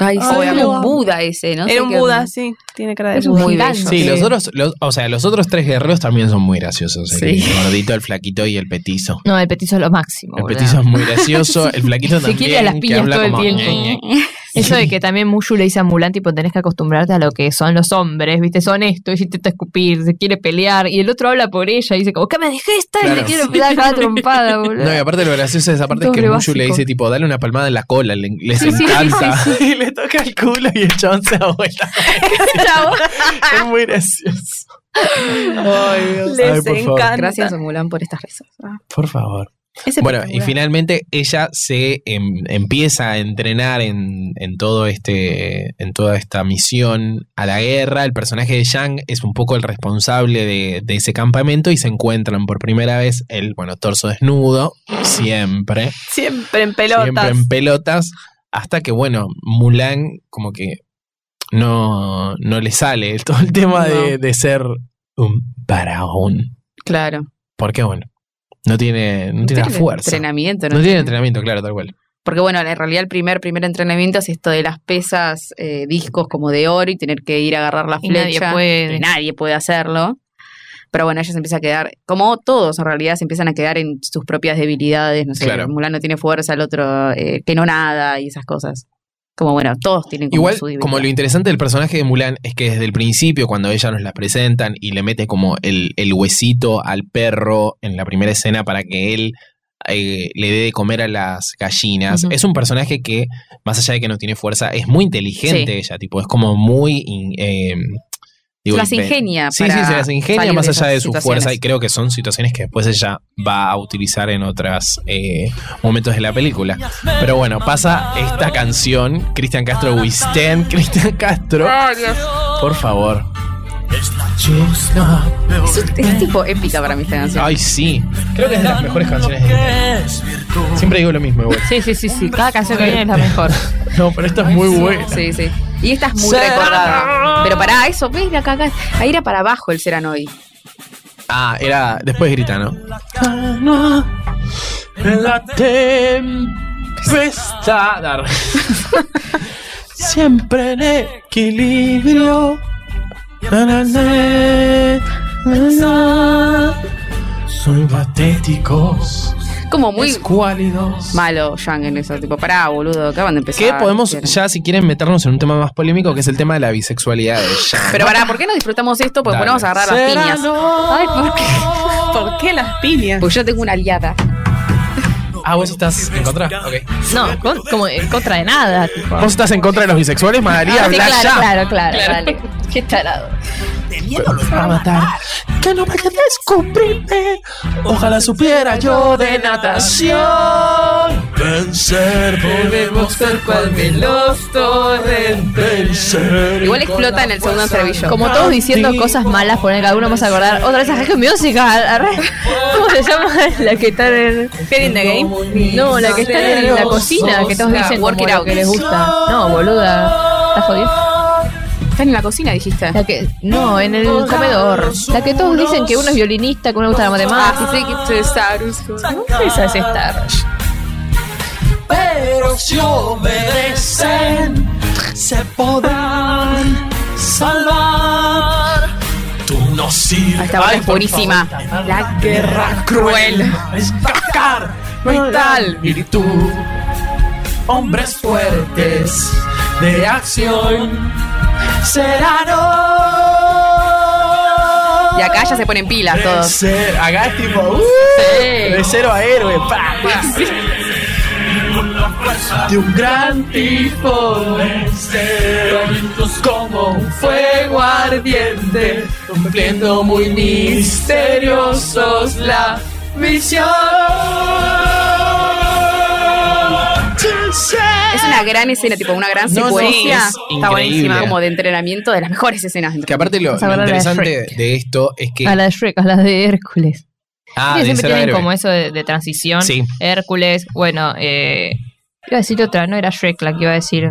S2: Ay, sí,
S3: Ay,
S2: era
S3: lo
S2: un
S3: amo.
S2: Buda ese, ¿no? sé
S3: Era un
S2: qué
S3: Buda,
S2: onda.
S3: sí. Tiene cara de
S4: Es un
S3: Buda.
S2: Muy bello.
S4: gigante.
S1: Sí,
S4: Sí.
S1: los otros, los- o sea, los otros tres guerreros también son muy graciosos. El
S2: Sí.
S1: gordito, el flaquito y el petizo.
S4: No, el petizo es lo máximo.
S1: El
S4: boludo.
S1: petizo es muy gracioso, el flaquito
S4: Se
S1: también.
S4: quiere a las
S1: que
S4: piñas
S1: habla
S4: todo el
S1: como,
S4: tiempo.
S1: "Ñe, Ñe".
S4: Eso de que también Mushu le dice a Mulan, tipo, tenés que acostumbrarte a lo que son los hombres, ¿viste? Son esto, y se intenta escupir, se quiere pelear, y el otro habla por ella y dice, como, ¿qué me dejé estar? Y
S1: Claro.
S4: te quiero empezar a la trompada, boludo.
S1: No, y aparte lo gracioso de esa parte es que
S4: Doble
S1: Mushu le
S4: básico.
S1: dice, tipo, dale una palmada en la cola, le- les
S4: Sí, sí, sí,
S1: encanta. Y le toca el culo y el chabón se da vuelta. es muy gracioso. Ay, Dios. Ay,
S3: Les
S1: por favor.
S3: encanta.
S2: Gracias, Mulan, por estas risas.
S1: Por favor.
S3: Es
S1: Bueno, y
S3: espectacular.
S1: finalmente ella se em- empieza a entrenar en, en todo este, en toda esta misión a la guerra. El personaje de Shang es un poco el responsable de, de ese campamento y se encuentran por primera vez el, bueno, torso desnudo, siempre,
S3: Siempre en pelotas.
S1: siempre en pelotas, hasta que, bueno, Mulan como que no, no le sale todo el tema de, de ser un faraón.
S2: Claro. Porque
S1: Porque, bueno, no tiene, no tiene la fuerza.
S2: Entrenamiento, ¿no?
S1: No tiene entrenamiento, claro, tal cual.
S2: Porque bueno, en realidad el primer, primer entrenamiento es esto de las pesas, eh, discos como de oro y tener que ir a agarrar la
S4: Y
S2: flecha.
S4: nadie puede.
S2: que nadie puede hacerlo. Pero bueno, ella se empieza a quedar, como todos en realidad, se empiezan a quedar en sus propias debilidades. No sé,
S1: Claro.
S2: Mulan no tiene fuerza, el otro eh, que no nada y esas cosas. Como bueno, todos tienen como
S1: Igual,
S2: su debilidad.
S1: como lo interesante del personaje de Mulan es que desde el principio, cuando ella nos la presentan y le mete como el, el huesito al perro en la primera escena para que él eh, le dé de comer a las gallinas,
S2: Ujú.
S1: es un personaje que, más allá de que no tiene fuerza, es muy inteligente
S2: Sí.
S1: ella, tipo, es como muy... in- eh, digo,
S2: Se las
S1: inven-
S2: ingenia.
S1: Sí,
S2: para
S1: sí, se las ingenia
S2: salir
S1: más allá de
S2: esas
S1: su
S2: situaciones.
S1: fuerza y creo que son situaciones que después ella va a utilizar en otros momentos de la película. Pero bueno, pasa esta canción, Cristian Castro, We Stand, Cristian Castro. Por favor.
S2: Es, un- es tipo épica para mí esta canción.
S1: Ay, sí. Creo que es de las mejores canciones. de- Siempre digo lo mismo, igual.
S4: Sí, sí, sí, sí. Cada canción que viene es la mejor.
S1: No, pero esta es muy buena.
S2: Sí, sí. Y esta es muy recordada. Pero pará, eso, ves, de acá, acá. Ahí era para abajo el Seranoid.
S1: Ah, era. Después grita, ¿no? La tempestad. Siempre en equilibrio. Na, na, na, na, na. Soy patéticos,
S2: Como muy
S1: escuálidos.
S2: malo Yang en eso. Tipo, pará, boludo, acaban de empezar.
S1: Que
S4: Ah,
S1: podemos
S2: Quiero.
S1: ya, si quieren, meternos en un tema más polémico, que es el tema de la bisexualidad de Shang.
S2: Pero pará, ¿por qué no disfrutamos esto? Porque
S1: Dale.
S2: ponemos a agarrar las piñas.
S3: Ay, ¿por qué? ¿Por qué las piñas?
S2: Porque yo tengo una aliada.
S1: Ah, vos estás en contra. ok.
S4: No, con- como en contra de nada, tipo.
S1: Vos estás en contra de los bisexuales, María,
S4: Ah, sí,
S1: habla
S4: claro,
S1: ya.
S4: claro, claro, dale. Qué tarado.
S1: Avatar. Que no me quedes descubrirme. Ojalá supiera yo de natación. Vencer, debemos ser cual los torrentes.
S2: Igual explota en el segundo entrevillo.
S4: Como todos diciendo cosas malas, poner cada uno vamos a acordar. Otra vez a High Musical. arre. ¿Cómo se llama la que está en.
S3: in the Game?
S4: No, la que está en la cocina, que todos dicen
S2: Work
S4: como
S2: it
S4: lo
S2: out.
S4: que les gusta. No, boluda. ¿Estás jodido?
S2: Están en la cocina, dijiste.
S4: La que, no, en el comedor. La que todos dicen que uno es violinista, que uno le gusta la
S2: Ah,
S4: matemática.
S2: sí, sí, que- Sarus.
S4: Esa es estar.
S5: Pero si obedecen, se podrán salvar. Tú no
S2: Ah,
S5: sirves.
S2: Esta banda es buenísima. La guerra cruel.
S5: Escapar vital virtud. Hombres fuertes de acción serán hoy.
S2: Y acá ya se ponen pilas todos.
S5: Ser, acá es tipo, uh, de cero a héroe, pa, pa. De un gran tipo, lentos como un fuego ardiente, cumpliendo muy misteriosos la misión.
S2: Es una gran escena, tipo una gran
S1: No, no,
S2: secuencia.
S1: es
S2: Está buenísima.
S1: increíble.
S2: Como de entrenamiento, de las mejores escenas. de
S1: Que aparte lo,
S4: Vamos a
S1: lo
S4: hablar de
S1: interesante
S4: Shrek.
S1: de esto es que.
S4: A la de Shrek, a la de Hércules.
S1: Ah,
S4: Ellos
S1: de
S4: siempre
S1: ser
S4: tienen
S1: héroe.
S4: como eso de, de transición.
S1: Sí.
S4: Hércules, bueno, eh, iba a decir otra, no era Shrek la que iba a decir.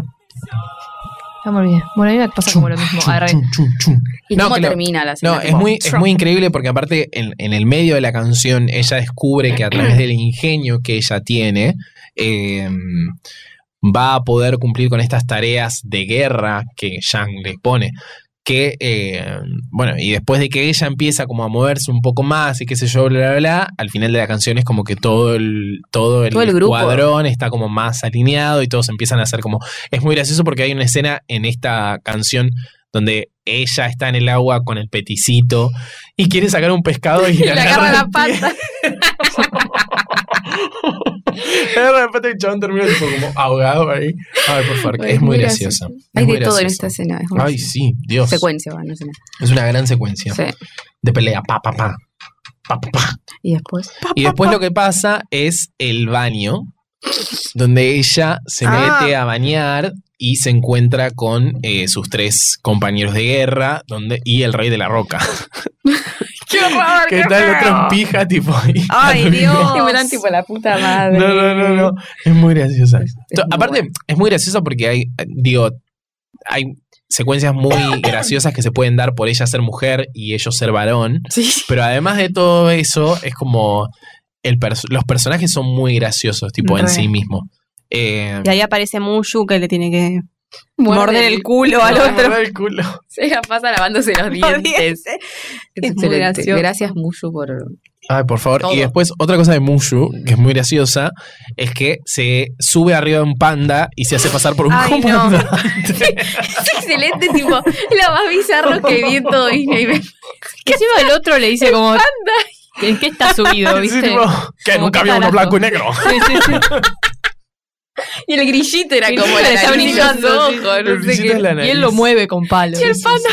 S4: Ya me olvidé. Bueno, a mí me pasa como lo mismo. Arre.
S1: Chum, chum, chum.
S2: ¿Y
S1: No,
S2: cómo
S1: que lo-
S2: termina la escena?
S1: No, es
S2: Tipo,
S1: muy, es muy increíble porque aparte en, en el medio de la canción ella descubre que a través del ingenio que ella tiene, eh, em, va a poder cumplir con estas tareas de guerra que Shang le pone. Que, eh, bueno, y después de que ella empieza como a moverse un poco más y qué sé yo, bla, bla, bla, al final de la canción es como que todo el, todo el,
S2: Todo el grupo.
S1: cuadrón está como más alineado y todos empiezan a hacer como... Es muy gracioso porque hay una escena en esta canción donde ella está en el agua con el peticito y quiere sacar un pescado y,
S2: Le agarra la pata.
S1: Agarra la pata y el chabón termina tipo como ahogado ahí. Ay, por favor,
S2: Ay,
S1: es muy
S2: muy
S1: gracioso.
S2: Hay
S1: es muy
S2: de todo en
S1: gracioso.
S2: esta escena. Es una
S1: Ay, sí, Dios.
S2: Secuencia, va, no sé. nada.
S1: Es una gran secuencia
S2: Sí.
S1: de pelea. Pa, pa, pa. Pa, pa, pa.
S2: Y después.
S1: Y después lo que pasa es el baño, donde ella se
S3: Ah.
S1: mete a bañar y se encuentra con eh, sus tres compañeros de guerra donde, y el rey de la roca.
S2: ¡Qué horror!
S1: que está el otro en pija, tipo. y-
S3: Ay, Dios.
S2: Y me dan tipo la puta madre.
S1: No, no, no, no. Es muy graciosa.
S2: Es- es
S1: To-
S2: muy
S1: Aparte,
S2: bueno.
S1: es muy graciosa porque hay, eh, digo, hay secuencias muy graciosas que se pueden dar por ella ser mujer y ellos ser varón.
S2: Sí.
S1: Pero además de todo eso, es como el pers- los personajes son muy graciosos, tipo, en
S3: Re.
S1: sí mismo. Eh,
S3: Y ahí aparece Mushu que le tiene que morder el culo al
S2: No,
S3: otro.
S1: el culo.
S2: Se la pasa lavándose los dientes.
S3: Es muy
S2: Excelente.
S3: gracioso.
S2: Gracias, Mushu, por.
S1: Ay, por favor.
S2: Todo.
S1: Y después, otra cosa de Mushu, que es muy graciosa, es que se sube arriba de un panda y se hace pasar por un
S3: Ay, no.
S1: comandante.
S2: Es excelente, tipo, la más bizarro que vi en todo Disney.
S4: Que encima el otro le dice como. ¿En qué está subido,
S1: Sí,
S4: viste?
S1: tipo, que
S4: Como
S1: nunca
S4: qué
S1: había uno
S4: carajo.
S1: blanco y negro.
S4: Sí, sí, sí.
S2: Y el grillito era como
S4: Le
S2: la
S4: está
S2: nariz,
S4: brillando,
S2: los
S4: sí.
S2: ojos,
S1: El
S2: no sé
S1: brillito
S2: qué.
S1: en la
S4: Y él
S1: nariz.
S4: lo mueve con palos.
S2: Y el panda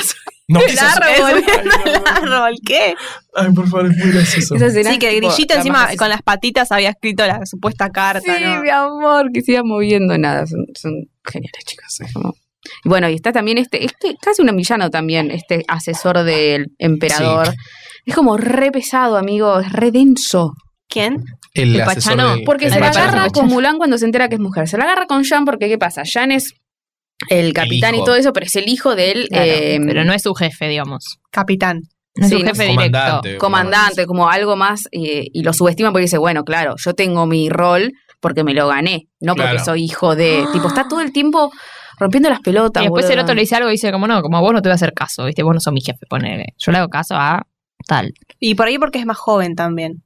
S1: No,
S2: sube el
S1: quizás-
S2: árbol.
S3: el árbol, ¿qué?
S1: Ay, por favor, es muy gracioso.
S2: Esa escena
S3: Sí, que el
S2: tipo,
S3: grillito
S2: la
S3: encima
S2: más
S3: con las patitas había escrito la supuesta carta,
S2: Sí,
S3: ¿no?
S2: mi amor, que siga moviendo nada. Son, son geniales, chicos. es como- Y bueno, y está también este, este, casi un villano también, este asesor del emperador.
S1: Sí.
S2: Es como re pesado, amigo, es re denso.
S3: ¿Quién?
S1: El,
S4: El
S1: asesor
S4: Pachano.
S1: del-
S2: Porque
S1: el
S2: se la
S1: Pachano.
S2: agarra con Mulan cuando se entera que es mujer. Se la agarra con Jean porque, ¿qué pasa? Jean es el capitán y
S1: hijo.
S2: todo eso, pero es el hijo del
S4: Claro,
S2: eh,
S1: em,
S4: pero no es su jefe, digamos.
S3: Capitán.
S4: No es
S2: Sí,
S4: su
S2: no
S4: jefe directo.
S1: Comandante.
S2: comandante, como algo más, eh, y lo subestima porque dice, bueno, claro, yo tengo mi rol porque me lo gané, no porque
S1: Claro.
S2: soy hijo de... Tipo, está todo el tiempo rompiendo las pelotas.
S4: Y después el
S2: boludo.
S4: otro le dice algo y dice como no, como a vos no te voy a hacer caso, viste, vos no sos mi jefe, ponele. Yo le hago caso a tal.
S3: Y por ahí porque es más joven también.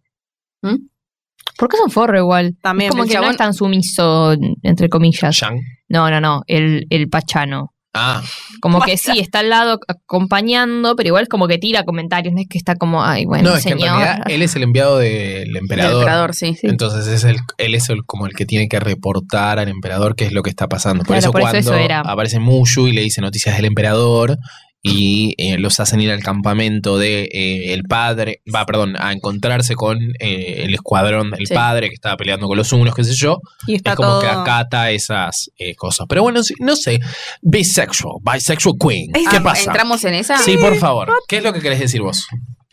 S4: ¿Por qué son forro igual?
S3: También.
S4: Como
S2: el
S4: que no
S2: chabón-
S4: es tan sumiso, entre comillas.
S1: Yang.
S4: No, no, no, el, el pachano.
S1: Ah,
S4: Como que sí, está al lado acompañando, pero igual es como que tira comentarios, no es que está como, ay, bueno,
S1: no, es que en
S4: señor.
S1: realidad
S2: eh,
S1: él es el enviado del
S2: El
S1: emperador.
S2: emperador, sí.
S1: Entonces es el, él es el, como el que tiene que reportar al emperador qué es lo que está pasando. Por
S4: Claro,
S1: eso
S4: por eso
S1: cuando
S4: eso era.
S1: aparece Mushu y le dice noticias del emperador y eh, los hacen ir al campamento de eh, el padre, va, perdón, a encontrarse con eh, el escuadrón del
S2: Sí.
S1: padre que estaba peleando con los unos, qué sé yo.
S3: Y está
S1: es como
S3: todo.
S1: que acata esas eh, cosas. Pero bueno, sí, no sé. Bisexual, bisexual queen.
S3: Es-
S1: ¿Qué
S2: Ah,
S1: pasa?
S2: ¿Entramos en esa?
S1: Sí, por favor. ¿Qué es lo que querés decir vos?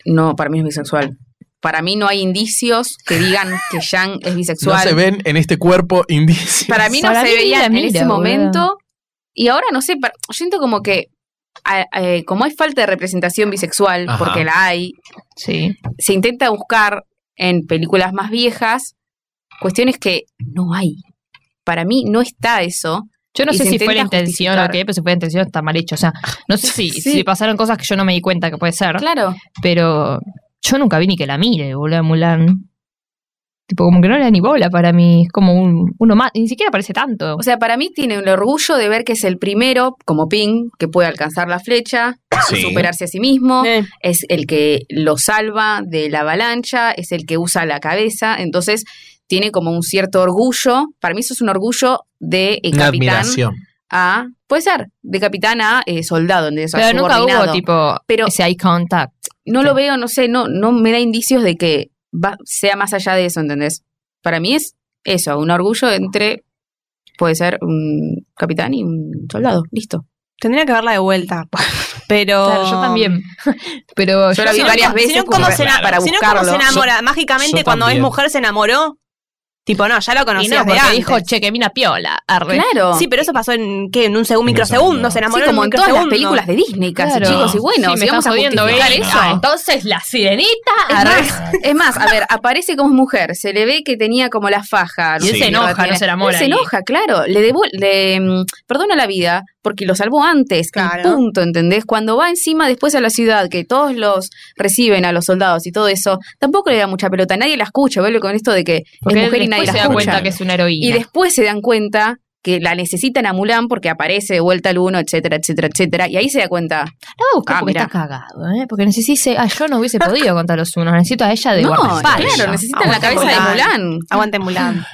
S2: No, para mí es bisexual. Para mí no hay indicios que digan que Yang es bisexual.
S1: No se ven en este cuerpo indicios.
S2: Para mí no
S4: Para
S2: se
S4: mí ni
S2: veía
S4: la
S2: en
S4: mira,
S2: ese
S4: boluda.
S2: momento. Y ahora no sé, par- siento como que a- eh, como hay falta de representación bisexual,
S1: Ajá.
S2: porque la hay,
S4: Sí.
S2: se intenta buscar en películas más viejas cuestiones que no hay. Para mí no está eso.
S4: Yo no
S2: Y
S4: sé
S2: se
S4: si
S2: intenta
S4: fue la intención o
S2: justificar.
S4: qué, pero si fue la intención está mal hecho. O sea, no sé si,
S2: Sí.
S4: si pasaron cosas que yo no me di cuenta que puede ser,
S2: Claro.
S4: pero yo nunca vi ni que la mire, boludo, a Mulan. Tipo, como que no le da ni bola para mí. Es como un, uno más. Ni siquiera parece tanto.
S2: O sea, para mí tiene el orgullo de ver que es el primero, como Ping, que puede alcanzar la flecha,
S1: Sí.
S2: superarse a sí mismo.
S3: Eh,
S2: es el que lo salva de la avalancha, es el que usa la cabeza, entonces tiene como un cierto orgullo, para mí eso es un orgullo de eh,
S1: Una
S2: capitán
S1: admiración.
S2: a, puede ser, de capitán a eh, soldado, de
S4: Pero nunca hubo, tipo,
S2: Pero-
S4: ese eye contact.
S2: no lo veo, no sé, no, no me da indicios de que va, sea más allá de eso, ¿entendés? Para mí es eso, un orgullo entre, puede ser un capitán y un soldado, listo.
S3: tendría que verla de vuelta. Pero.
S4: Claro, yo también. pero
S2: Yo la vi
S4: siento-
S2: varias
S3: Si
S2: veces
S3: no, ¿cómo
S2: como
S3: se,
S1: para
S3: si no, ¿cómo
S2: buscarlo.
S3: se enamora? Mágicamente,
S1: Yo-
S3: cuando
S1: yo
S3: es mujer, se enamoró. Tipo, no, ya lo
S4: Y
S3: conocías
S4: no,
S3: de
S4: porque
S3: antes.
S4: dijo, che, que mina piola. Arre.
S2: Claro.
S3: Sí, pero eso pasó en, ¿qué? En un
S1: En
S3: segundo,
S1: un
S3: microsegundo,
S1: segundo.
S3: se enamoró
S2: Sí, como en
S3: un
S2: todas las
S3: microsegundo.
S2: películas de Disney casi,
S4: Claro.
S2: chicos. Y bueno,
S4: Sí, me
S2: si vamos
S4: estás
S2: a
S4: jodiendo,
S2: justificar
S4: Belén.
S2: eso.
S4: Ah, entonces, la sirenita.
S2: Es
S4: arre.
S2: más, es más, a ver, aparece como mujer, se le ve que tenía como la faja.
S4: Y él
S2: sé
S1: se
S2: qué
S4: enoja,
S2: tiene.
S4: no se enamora
S2: Él se
S4: ahí.
S2: enoja, claro. Le, devu- le mm, perdona la vida porque lo salvó antes. y
S3: Claro.
S2: punto, ¿entendés? Cuando va encima después a la ciudad, que todos los reciben a los soldados y todo eso, tampoco le da mucha pelota. Nadie la escucha, vuelve con esto de que
S4: Porque
S2: es mujer y
S4: después
S2: nadie la
S4: se da
S2: escucha.
S4: cuenta que es una heroína.
S2: Y después se dan cuenta que la necesitan a Mulan porque aparece de vuelta al uno, etcétera, etcétera, etcétera. Y ahí se da cuenta.
S4: La voy a buscar
S2: Ah,
S4: porque
S2: mirá.
S4: está cagado, ¿eh? Porque necesito. Ah, yo no hubiese podido contra los unos. Necesito a ella de
S2: no,
S4: guardaespaldas.
S2: claro, necesitan
S4: Ah,
S2: la cabeza de
S3: Mulan.
S2: Mulan.
S3: Aguante Mulan.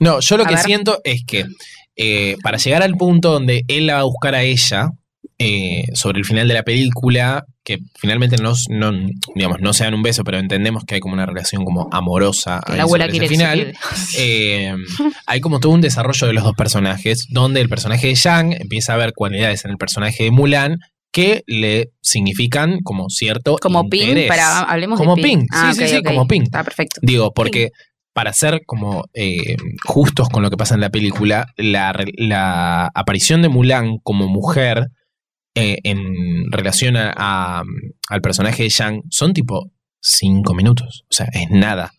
S1: No, yo lo
S2: A
S1: que
S2: ver.
S1: siento es que eh, para llegar al punto donde él la va a buscar a ella, eh, sobre el final de la película, que finalmente no, no, digamos, no se dan un beso, pero entendemos que hay como una relación como amorosa
S4: que
S1: ahí
S4: la abuela
S1: sobre ese
S4: quiere que se
S1: final.
S4: quede.
S1: eh, hay como todo un desarrollo de los dos personajes, donde el personaje de Yang empieza a ver cualidades en el personaje de Mulan que le significan como cierto
S2: Como Pink,
S1: interés.
S2: para, hablemos
S1: Como
S2: de Pink.
S1: Pink, sí, sí,
S2: ok,
S1: sí,
S2: ok.
S1: como Pink.
S2: Está perfecto.
S1: Digo, porque para ser como eh, justos con lo que pasa en la película, la, re- la aparición de Mulan como mujer eh, en relación a, a- al personaje de Shang son tipo cinco minutos. O sea, es nada.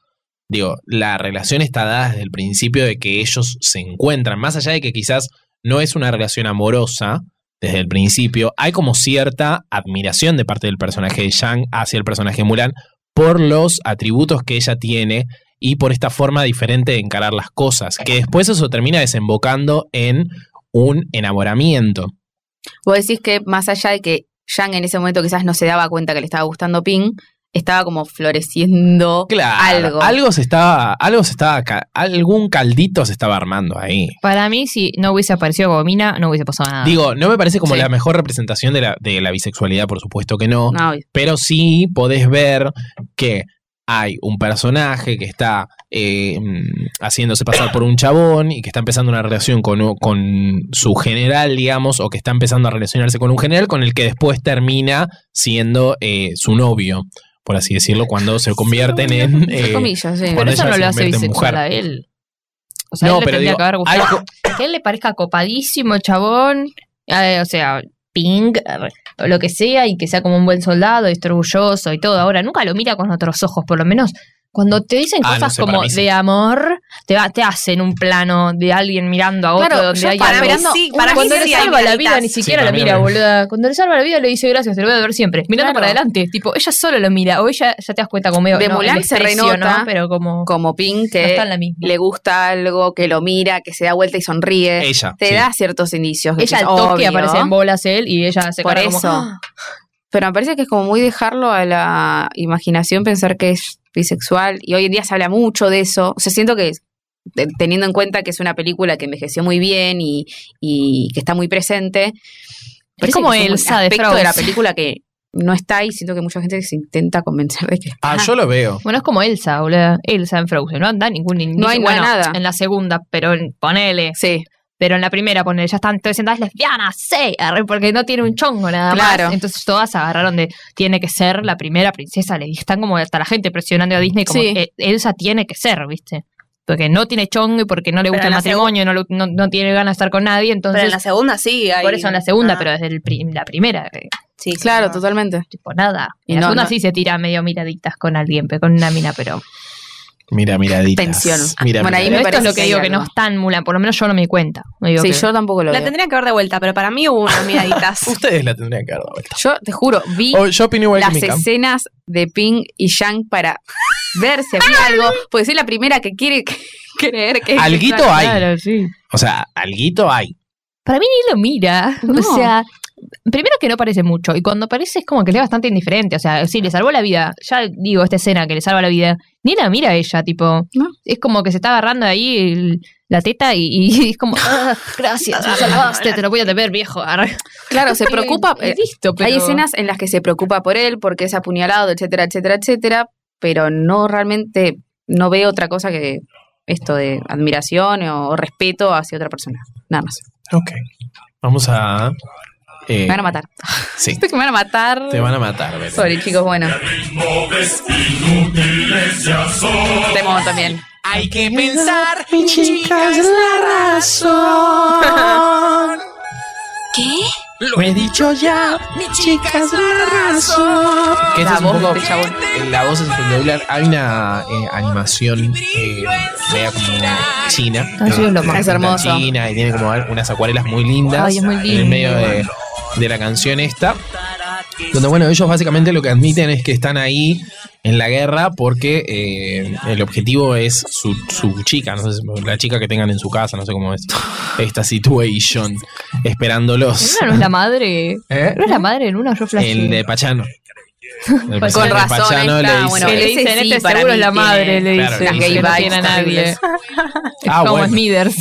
S1: Digo, la relación está dada desde el principio de que ellos se encuentran, más allá de que quizás no es una relación amorosa desde el principio, hay como cierta admiración de parte del personaje de Shang hacia el personaje de Mulan por los atributos que ella tiene y por esta forma diferente de encarar las cosas, que después eso termina desembocando en un enamoramiento.
S2: Vos decís que más allá de que Yang en ese momento quizás no se daba cuenta que le estaba gustando Pink, estaba como floreciendo
S1: Claro,
S2: algo.
S1: Algo se estaba, algo se estaba, ca- algún caldito se estaba armando ahí.
S4: Para mí, si no hubiese aparecido como mina, no hubiese pasado nada.
S1: Digo, no me parece como
S4: Ah. Sí.
S1: la mejor representación de la, de la bisexualidad, por supuesto que no,
S2: No, obvio.
S1: pero sí podés ver que hay un personaje que está eh, mm, haciéndose pasar por un chabón y que está empezando una relación con, u- con su general, digamos, o que está empezando a relacionarse con un general con el que después termina siendo eh, su novio, por así decirlo, cuando se convierten en...
S2: entre
S1: eh,
S2: comillas, sí.
S1: cuando
S4: pero eso
S1: ella
S4: no
S1: se
S4: lo hace
S1: convierte en
S4: bisexual
S1: mujer.
S4: a él. O sea,
S1: No,
S4: a él le
S1: pero
S4: tendría
S1: digo,
S4: que haber
S1: hay
S2: eh,
S4: gustado. Que él le parezca copadísimo, el chabón. eh, o sea, ping, o lo que sea, y que sea como un buen soldado y esté orgulloso y todo. Ahora, nunca lo mira con otros ojos, por lo menos. Cuando te dicen
S1: Ah, no
S4: cosas
S1: sé, para
S4: como
S1: mí sí.
S4: de amor, te, va- te hacen un plano de alguien mirando a otro
S2: Claro,
S4: donde
S2: yo
S4: hay
S2: para
S4: algo.
S2: mí
S3: Mirando-
S2: sí,
S3: una
S2: para mí
S4: Cuando
S3: sí
S4: le
S3: hay
S4: salva la vida,
S3: mitaditas.
S4: ni siquiera
S1: Sí, para
S4: la
S1: mí
S4: mira,
S1: también.
S4: boluda. Cuando le salva la vida, le dice gracias, te lo voy a ver siempre. Mirando
S2: Claro.
S4: para adelante, tipo, ella solo lo mira, o ella ya te das cuenta como medio
S2: De
S4: no,
S2: Mulan
S4: el
S2: se
S4: desprecio,
S2: renota
S4: ¿no? pero como,
S2: Como Pink
S4: no
S2: que
S4: está en la misma.
S2: le gusta algo, que lo mira, que se da vuelta y sonríe.
S1: Ella.
S2: te
S1: Eh, sí.
S2: da ciertos indicios. que
S4: ella al
S2: decís,
S4: toque
S2: obvio.
S4: aparece en bolas él y ella se
S2: Por
S4: cara como,
S2: eso.
S4: "Ah".
S2: Pero me parece que es como muy dejarlo a la imaginación pensar que es bisexual. Y hoy en día se habla mucho de eso. O sea, siento que te- teniendo en cuenta que es una película que envejeció muy bien y, y que está muy presente. parece
S4: como
S2: que un
S4: Elsa de
S2: aspecto
S4: Frozen.
S2: de la película que no está y siento que mucha gente se intenta convencer de que
S1: Ah, yo lo veo.
S4: Bueno, es como Elsa, boludo. Elsa en Frozen. No anda ningún indicio.
S2: hay
S4: bueno,
S2: nada.
S4: En la segunda, pero en- ponele.
S2: sí.
S4: Pero en la primera, ponele. Ya están todas sentadas lesbianas, sí. arre, Porque no tiene un chongo nada
S2: Claro.
S4: más. Entonces todas agarraron de. Tiene que ser la primera princesa. Le están como hasta la gente presionando a Disney como
S2: Sí.
S4: que Elsa tiene que ser, ¿viste? Porque no tiene chongo y porque no le
S3: Pero en
S4: gusta el
S3: la
S4: matrimonio, no, lo- no, no tiene ganas de estar con nadie.
S3: Pero en
S4: Entonces,
S3: la segunda sí hay...
S4: por eso en la segunda,
S3: Ah,
S4: pero desde el pri- la primera. eh,
S3: Sí,
S2: Claro,
S3: total.
S2: totalmente.
S4: tipo nada.
S2: Y
S4: En la
S2: no,
S4: segunda
S2: no.
S4: sí se tira medio miraditas con alguien, pero con una mina, pero.
S1: Mira, miraditas.
S2: Tensión.
S1: Mira,
S2: Bueno, ahí
S1: miraditas.
S2: me
S4: pero esto es lo
S2: parece
S4: que
S2: que
S4: digo
S2: hay
S4: que no
S2: algo.
S4: es tan Mulan, por lo menos yo no me di cuenta. No digo
S2: Sí,
S4: que-
S2: yo tampoco lo
S3: La
S2: veo.
S3: tendría que ver de vuelta, pero para mí hubo unas miraditas.
S1: Ustedes la tendrían que dar la vuelta.
S2: Yo te juro, vi
S1: O- yo opino igual que
S2: las
S1: Mika.
S2: escenas de Ping y Yang para ver si había algo, porque soy la primera que quiere creer que...
S1: Alguito hay.
S4: Claro, sí.
S1: O sea, alguito hay.
S4: Para mí ni lo mira.
S2: No.
S4: O sea, primero que no parece mucho. Y cuando parece es como que le es bastante indiferente. O sea, sí, le salvó la vida. Ya digo, esta escena que le salva la vida. Ni la mira ella, tipo.
S2: No.
S4: Es como que se está agarrando ahí el- la teta y, y es como, "Ah, gracias, me salvaste, te lo voy a deber, viejo.
S2: Claro, se preocupa... eh,
S4: Y- y listo, pero-
S2: Hay escenas en las que se preocupa por él, porque es apuñalado, etcétera, etcétera, etcétera, pero no realmente, no veo otra cosa que esto de admiración o, o respeto hacia otra persona. Nada más.
S1: Ok. Vamos a. eh,
S2: Me van a matar.
S1: Sí.
S2: Esto que me van a matar.
S1: Te van a matar, Belén.
S2: Sorry, chicos, bueno.
S6: Inútiles ya son.
S2: Temón también.
S1: Hay que pensar,
S5: Mi chica es la razón. ¿Qué? Lo he dicho ya. Mi chica es la razón.
S1: Que esa
S2: La
S1: es un
S2: voz
S1: poco,
S2: de este chabón.
S1: eh, la voz es espectacular. Hay una eh, animación eh, media como china.
S4: Ah, sí, es lo
S1: Está
S4: más.
S2: Es hermoso.
S1: China y tiene como unas acuarelas muy lindas.
S4: Ay, es muy
S1: En el
S4: lindo.
S1: medio de, de la canción esta. Donde, bueno, ellos básicamente lo que admiten es que están ahí en la guerra porque eh, el objetivo es su, su chica, no sé, la chica que tengan en su casa, no sé cómo es esta situation, esperándolos.
S4: ¿En una no es la madre?
S1: ¿Eh?
S4: ¿No es la madre en una? Yo flashé.
S1: El de Pachano. El
S4: Pues
S1: personaje
S2: Con
S1: de
S2: razón, ahí
S1: Pachano
S2: está.
S1: le dice,
S2: bueno,
S4: Que le
S2: ese
S4: dicen,
S2: sí,
S4: este
S2: para
S4: seguro
S2: mí
S4: es la
S2: tiene
S4: madre, le
S1: claro,
S4: dicen.
S1: las gay
S4: que no
S2: vibes
S4: tiene a nadie.
S2: terribles.
S4: Es
S1: Ah,
S4: como
S1: bueno.
S4: Smithers.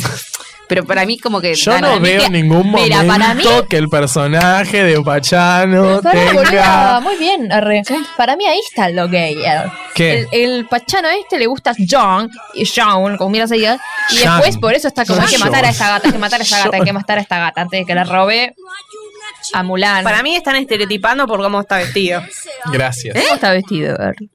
S2: Pero para mí como que...
S1: Yo
S2: Dana,
S1: no
S2: para mí
S1: veo
S2: que-
S1: en ningún
S4: Mira,
S1: momento
S4: para mí-
S1: que el personaje de Pachano
S4: Pará, boluda,
S1: tenga.
S4: muy bien, arre. Para mí ahí está lo gay. arre.
S1: ¿Qué?
S4: El, el pachano este le gusta John, y John, como miras ahí, y
S1: John.
S4: después por eso está como hay que
S1: John.
S4: matar a esta gata, hay que matar a esta gata, hay que matar a esta gata antes de que la robe a Mulan.
S3: Para mí están estereotipando por cómo está vestido.
S1: Gracias.
S4: ¿Cómo está vestido? arre?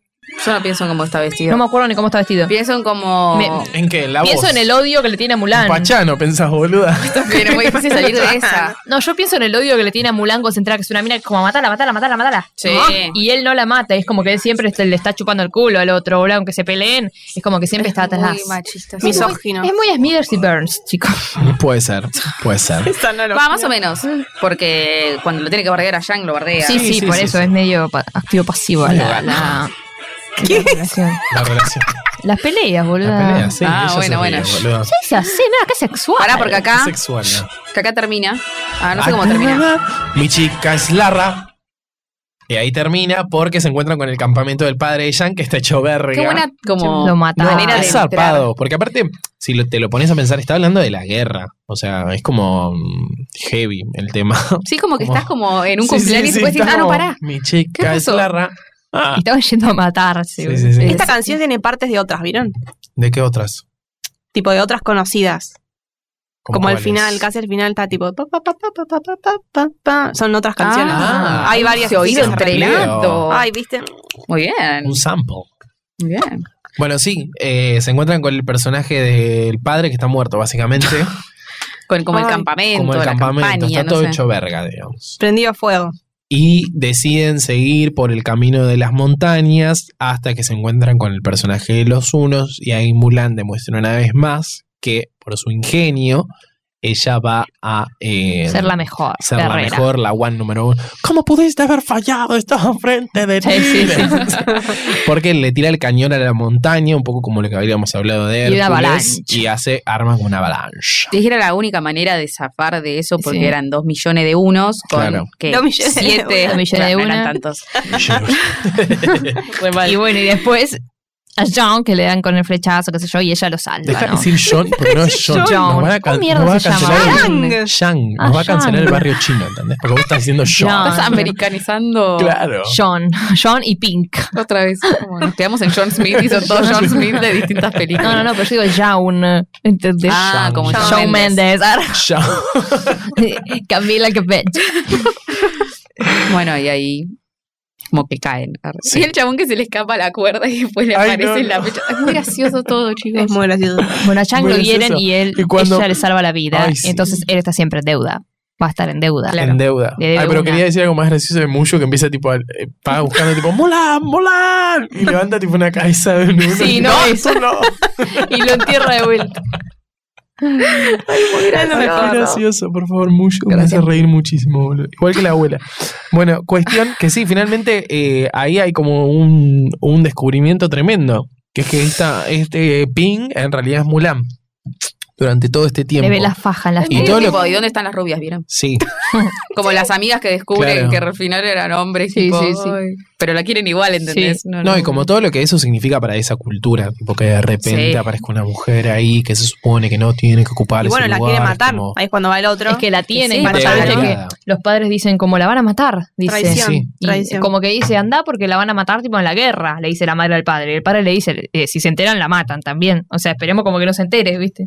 S2: Yo no pienso en cómo está vestido.
S4: No me acuerdo ni cómo está vestido.
S2: Pienso en cómo...
S4: Me-
S1: ¿En qué? La
S4: Pienso
S1: voz.
S4: en el odio que le tiene a Mulan.
S1: Pachano, pensás, boluda.
S2: Pero es muy difícil salir de esa.
S4: No, yo pienso en el odio que le tiene a Mulan concentrada, que es una mina que es como matala, matala, matala, matala.
S2: Sí.
S4: ¿No? Y él no la mata, es como que él siempre este- le está chupando el culo al otro, boludo, aunque se peleen, es como que siempre está atrás.
S2: Muy machista.
S4: Es muy-
S3: Misógino.
S4: Es muy Smithers y Burns, chicos.
S1: Puede ser, puede ser.
S3: Esa no lo-
S2: Va, más o menos. Porque cuando lo tiene que bardear a Yang, lo bardea.
S4: Sí, sí,
S1: sí,
S4: por
S1: sí,
S4: eso
S1: sí.
S4: es medio pa- activo pasivo la, la- la relación.
S1: La relación.
S4: Las peleas, boludo.
S1: La pelea, sí.
S2: Ah,
S1: ella
S2: bueno,
S1: se ríe,
S2: bueno.
S1: boluda.
S4: Es así, nada, que sexual.
S2: Pará, porque acá,
S1: Es Sexual. ¿no?
S2: que acá termina. Ah, no sé cómo
S1: Acá,
S2: termina.
S1: Mi chica es Larra. Y ahí termina porque se encuentran con el campamento del padre de Jean que está hecho verga.
S2: Qué buena como
S4: Lo mata.
S1: No,
S2: manera de
S1: Ah, es
S2: entrar.
S1: zarpado, porque aparte, si lo- te lo pones a pensar, está hablando de la guerra. O sea, es como mm, heavy el tema.
S2: Sí, como que
S1: Como-
S2: estás como en un
S1: Sí,
S2: cumpleaños
S1: sí, sí,
S2: y después decís,
S1: está
S2: ah, no,
S1: como,
S2: pará.
S1: Mi
S2: ¿Qué
S1: chica es
S2: pasó?
S1: Larra. Ah,
S4: Y estaban yendo a matarse.
S1: Sí,
S4: boludo.
S1: sí, sí.
S3: Esta canción tiene partes de otras, ¿vieron?
S1: ¿De qué otras?
S3: Tipo de otras conocidas.
S1: ¿Cómo
S3: Como al
S1: cuáles?
S3: final, casi al final está tipo. pa, pa, pa, pa, pa, pa, pa, pa, pa. Son otras canciones.
S1: Ah,
S3: Hay varias
S2: Se oído
S3: oídos
S2: entrenando.
S3: Ay, viste.
S2: Muy bien,
S1: Un sample.
S2: muy bien.
S1: Bueno, sí, eh, se encuentran con el personaje del padre que está muerto, básicamente.
S2: Con, como el
S3: Ay,
S2: campamento,
S1: como el
S2: la
S1: campamento.
S2: campaña,
S1: está
S2: no
S1: todo
S2: sé.
S1: hecho verga, digamos.
S3: Prendido a fuego.
S1: Y deciden seguir por el camino de las montañas hasta que se encuentran con el personaje de los unos. Y ahí Mulan demuestra una vez más que por su ingenio ella va a eh,
S4: Ser la mejor.
S1: ser la
S4: guerrera.
S1: mejor, la one número uno. ¿Cómo pudiste haber fallado? Estaba frente de ti.
S4: Sí, sí, sí.
S1: Porque le tira el cañón a la montaña, un poco como lo que habíamos hablado de
S4: Y
S1: Hércules,
S4: una avalancha.
S1: y hace armas con una avalancha.
S2: Dije, era la única manera de zafar de eso porque
S4: Sí.
S2: eran dos millones de unos con
S1: Claro.
S2: ¿qué?
S3: Dos millones de
S2: siete
S3: unos.
S4: Dos millones de
S2: no, no eran
S4: una.
S2: tantos.
S4: Y bueno, y después a John que le dan con el flechazo, qué sé yo, y ella lo
S1: Deja
S4: salva.
S1: de
S4: Ah, ¿no?
S1: decir John, porque no es John.
S4: John.
S1: Nos van a, can-
S4: ¿Cómo mierda
S1: nos van a
S4: se llama?
S1: cancelar el-
S3: Yang.
S1: Shang.
S4: Ah,
S1: Nos va a cancelar
S4: Yang.
S1: el barrio chino, ¿entendés? Porque vos estás diciendo John.
S2: Estás americanizando
S1: Claro.
S4: John, John y Pink.
S2: otra vez. Como nos quedamos en John Smith y son todos John Smith de distintas películas.
S4: No, no, no, pero yo digo John. ¿Entendés?
S2: Ah,
S1: Shawn.
S2: como
S4: Shawn
S2: Shawn Mendes.
S4: Mendes. ah,
S1: Yang.
S4: Camila Capet.
S2: Bueno, y ahí como que caen. Y el chabón que se le escapa la cuerda y después le
S1: Ay,
S2: aparece
S1: no,
S2: en la pecha. Es muy gracioso todo, chicos.
S3: Es muy gracioso.
S4: Bueno, a Chang
S1: Muy
S4: lo hieren
S1: gracioso.
S4: y él
S1: Y cuando-
S4: ella le salva la vida.
S1: Ay, sí.
S4: Entonces él está siempre en deuda. Va a estar en deuda.
S1: En deuda.
S4: Le debe
S1: Ay, pero
S4: una.
S1: quería decir algo más gracioso de Mushu que empieza tipo, a- eh, va buscando tipo, Mulan, Mulan. Y levanta tipo una cabeza de un uno.
S4: Sí, no, es-
S1: tú no.
S4: Y lo entierra de vuelta.
S1: Ay,
S3: No,
S1: qué
S3: no.
S1: gracioso, por favor, Mushu. Me hace reír muchísimo, boludo. Igual que la abuela. Bueno, cuestión que sí, finalmente eh, ahí hay como un, un descubrimiento tremendo. Que es que esta, este Ping en realidad es Mulan. Durante todo este tiempo.
S4: Le ve la faja en la
S1: Y
S2: Y
S4: frente.
S1: todo lo-
S2: tipo, ¿y dónde están las rubias? ¿Vieron?
S1: Sí,
S2: Como las amigas que descubren
S1: Claro.
S2: que al final eran hombres.
S4: Sí,
S2: tipo,
S4: sí, sí.
S2: "Ay". Pero la quieren igual, ¿entendés?
S1: no, y como todo lo que eso significa para esa cultura, tipo que de repente
S2: Sí.
S1: aparezca una mujer ahí que se supone que no tiene que ocupar
S3: Y
S1: ese
S3: bueno, la
S1: lugar,
S3: quiere matar.
S1: como-
S3: Ahí es cuando va el otro.
S4: Es que la tiene.
S2: Sí,
S4: y
S2: para
S4: ya
S1: allá,
S4: viste
S1: ¿no?
S4: que los padres dicen, como la van a matar. Dice.
S3: traición.
S1: sí.
S4: Y
S3: traición.
S4: como que dice, anda porque la van a matar tipo en la guerra, le dice la madre al padre. El padre le dice, eh, si se enteran, la matan también. O sea, esperemos como que no se entere, ¿viste?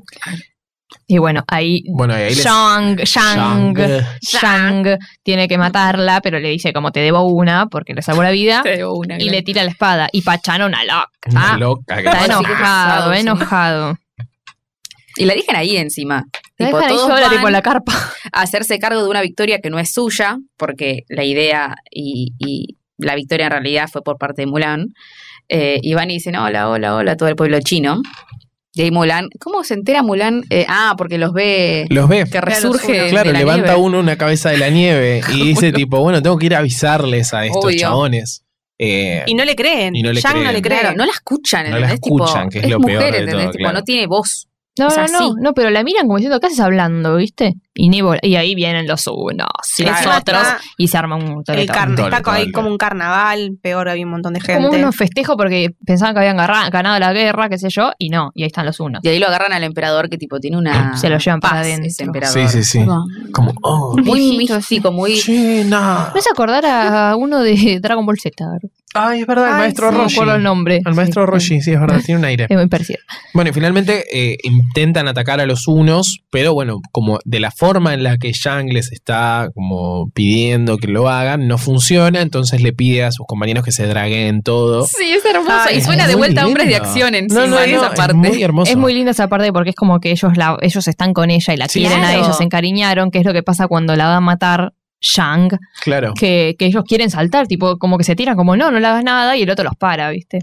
S4: Y bueno, ahí
S1: Bueno, y ahí les-
S4: Shang, Shang,
S1: Shang, eh,
S4: Shang tiene que matarla, pero le dice como te debo una porque le salvó la vida
S2: Te debo Ah, una.
S4: y le tira la espada. Y Pachano una loca.
S1: una
S3: Ah.
S1: loca que-
S4: Está
S2: Ahora sí que
S4: enojado,
S2: cansado, sí.
S4: enojado.
S2: Y la dejan ahí encima.
S4: La
S2: Tipo,
S4: dejan ahí
S2: todos
S4: sola,
S2: van
S4: tipo, en la carpa.
S2: a hacerse cargo de una victoria que no es suya, porque la idea y, y la victoria en realidad fue por parte de Mulan. Eh, y van y dicen, hola, hola, hola, a todo el pueblo chino. Y ahí Mulan, ¿cómo se entera Mulan? Eh, ah, porque los ve
S1: Los ve.
S2: que resurge.
S1: Ah, Claro,
S2: de la
S1: levanta
S2: nieve.
S1: uno una cabeza de la nieve y dice tipo, bueno, tengo que ir a avisarles a estos
S2: Obvio.
S1: chabones. Eh,
S3: Y no le creen.
S1: Y no le
S3: Shang no
S1: creen.
S3: le cree.
S2: Claro, no la escuchan,
S1: No la
S2: ¿entendés? Tipo,
S1: escuchan, que es lo
S2: mujer,
S1: peor de
S2: ¿entendés?
S1: todo,
S2: Tipo,
S1: claro.
S2: no tiene voz.
S4: No,
S2: O sea,
S4: no, no,
S2: sí.
S4: no, pero la miran como diciendo, ¿qué haces hablando, viste? Y Nebula, y ahí vienen los unos y los
S2: Claro.
S4: otros,
S3: Encima está
S4: y se arma un
S3: El
S4: toretón.
S3: carna-
S1: Dole,
S3: está co- ahí
S1: dole.
S3: como un carnaval, peor, había un montón de gente.
S4: Como unos festejos porque pensaban que habían garra- ganado la guerra, qué sé yo, y no, y ahí están los unos.
S2: Y ahí lo agarran al emperador que tipo tiene una
S4: Se lo llevan para
S2: Ah, paz,
S4: adentro.
S2: ese emperador.
S1: Sí, sí, sí.
S2: Tipo,
S1: como, oh,
S2: Muy
S4: Viejito,
S2: místico, muy...
S1: China.
S4: Me hace acordar a uno de Dragon Ball Z, ¿verdad?
S1: Ay, es verdad, el
S3: Ay,
S1: maestro
S4: no me acuerdo el
S1: Roshi.
S4: nombre.
S1: El maestro
S4: Sí,
S1: Roshi, sí, es verdad, tiene un aire.
S4: Es muy parecido.
S1: Bueno, y finalmente eh, intentan atacar a los unos, pero bueno, como de la forma en la que Shang les está como pidiendo que lo hagan, no funciona, entonces le pide a sus compañeros que se draguen todo.
S2: Sí, es hermoso.
S3: Ay,
S2: y suena
S1: es
S2: de
S1: muy
S2: vuelta a hombres de
S1: lindo.
S2: acción encima
S1: No, no,
S2: en
S1: no,
S2: esa
S1: es
S2: parte.
S1: muy hermoso.
S4: Es muy linda esa parte porque es como que ellos la, ellos están con ella y la
S1: Sí,
S4: quieren a
S2: claro.
S4: ellos, se encariñaron, que es lo que pasa cuando la va a matar Shang,
S1: Claro.
S4: que, que ellos quieren saltar, tipo, como que se tiran como no, no le hagas nada, y el otro los para, ¿viste?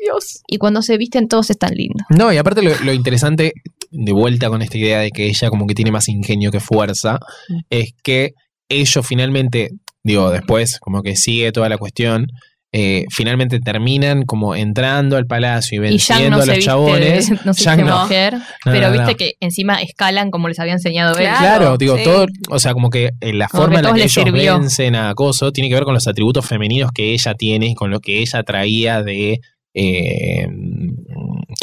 S2: Dios.
S4: Y cuando se visten todos están lindos.
S1: No, y aparte lo, lo interesante, de vuelta con esta idea de que ella como que tiene más ingenio que fuerza,
S4: Mm.
S1: es que ellos finalmente, digo, después como que sigue toda la cuestión, eh, finalmente terminan como entrando al palacio y
S4: Y Shang
S1: venciendo
S4: no
S1: a
S4: se
S1: los
S4: viste,
S1: chabones.
S4: de- no se
S1: Shang
S4: viste
S1: no.
S4: mujer,
S1: No,
S4: pero
S1: no,
S4: viste
S1: no.
S4: que encima escalan como les había enseñado él.
S2: Claro.
S1: Claro, digo,
S3: sí.
S1: todo, o sea, como que eh, la
S4: Como
S1: forma
S4: que
S1: en la
S4: todos
S1: que
S4: les
S1: ellos
S4: sirvió.
S1: vencen a Acoso tiene que ver con los atributos femeninos que ella tiene y con lo que ella traía de eh,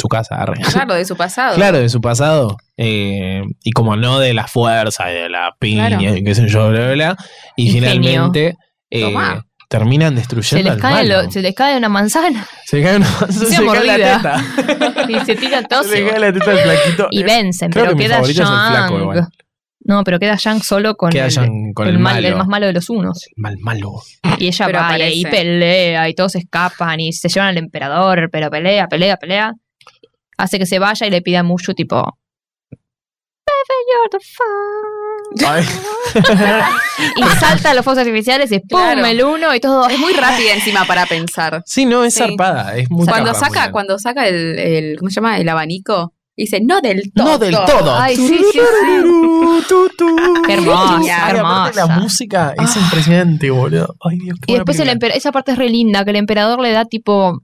S1: su casa. arre.
S2: Claro, de su pasado.
S1: Claro, de su pasado. eh, y como no de la fuerza y de la piña
S2: Claro.
S1: y qué sé yo, bla, bla, bla. Y
S4: Ingenio.
S1: finalmente eh,
S2: Tomá.
S1: terminan
S4: Se
S1: destruyendo
S4: les,
S1: al
S4: cae
S1: malo.
S4: lo- se les cae una manzana
S1: Se le cae, una- se
S4: sea
S1: le cae la
S4: mordida.
S1: teta.
S4: y se tiran todos
S1: se
S4: y,
S1: le cae la teta al flaquito.
S4: y vencen,
S1: Creo
S4: pero
S1: que mi
S4: queda
S1: favorito es el flaco
S4: Shang.
S1: igual.
S4: No, pero queda Shang solo con,
S1: Que
S4: el,
S1: hayan con el,
S4: el mal-
S1: malo.
S4: el más malo de los unos.
S1: Mal malo.
S4: Y ella
S2: Pero
S4: va
S2: aparece.
S4: y ahí pelea y todos escapan y se llevan al emperador, pero pelea, pelea, pelea. Hace que se vaya y le pide a Mushu tipo... "Baby, you're the fun".
S1: Ay.
S4: Y salta a los fuegos artificiales y ¡pum!
S2: Claro.
S4: el uno y todo.
S2: Es muy rápida encima para pensar.
S1: Sí, no, es
S3: Sí.
S1: zarpada. Es muy
S2: Cuando
S1: zarpada,
S2: saca,
S1: muy
S2: cuando saca el, el- ¿cómo se llama? El abanico, dice, no del todo.
S1: bien. No del todo.
S4: Ay, sí, sí, sí.
S1: Tururú, tu, tu.
S4: Qué hermosa,
S1: Ay, aparte La
S4: hermosa.
S1: música es impresionante, boludo. Ay, Dios, qué
S4: Y
S1: buena
S4: después el
S1: película.
S4: emper- esa parte es re linda, que el emperador le da tipo,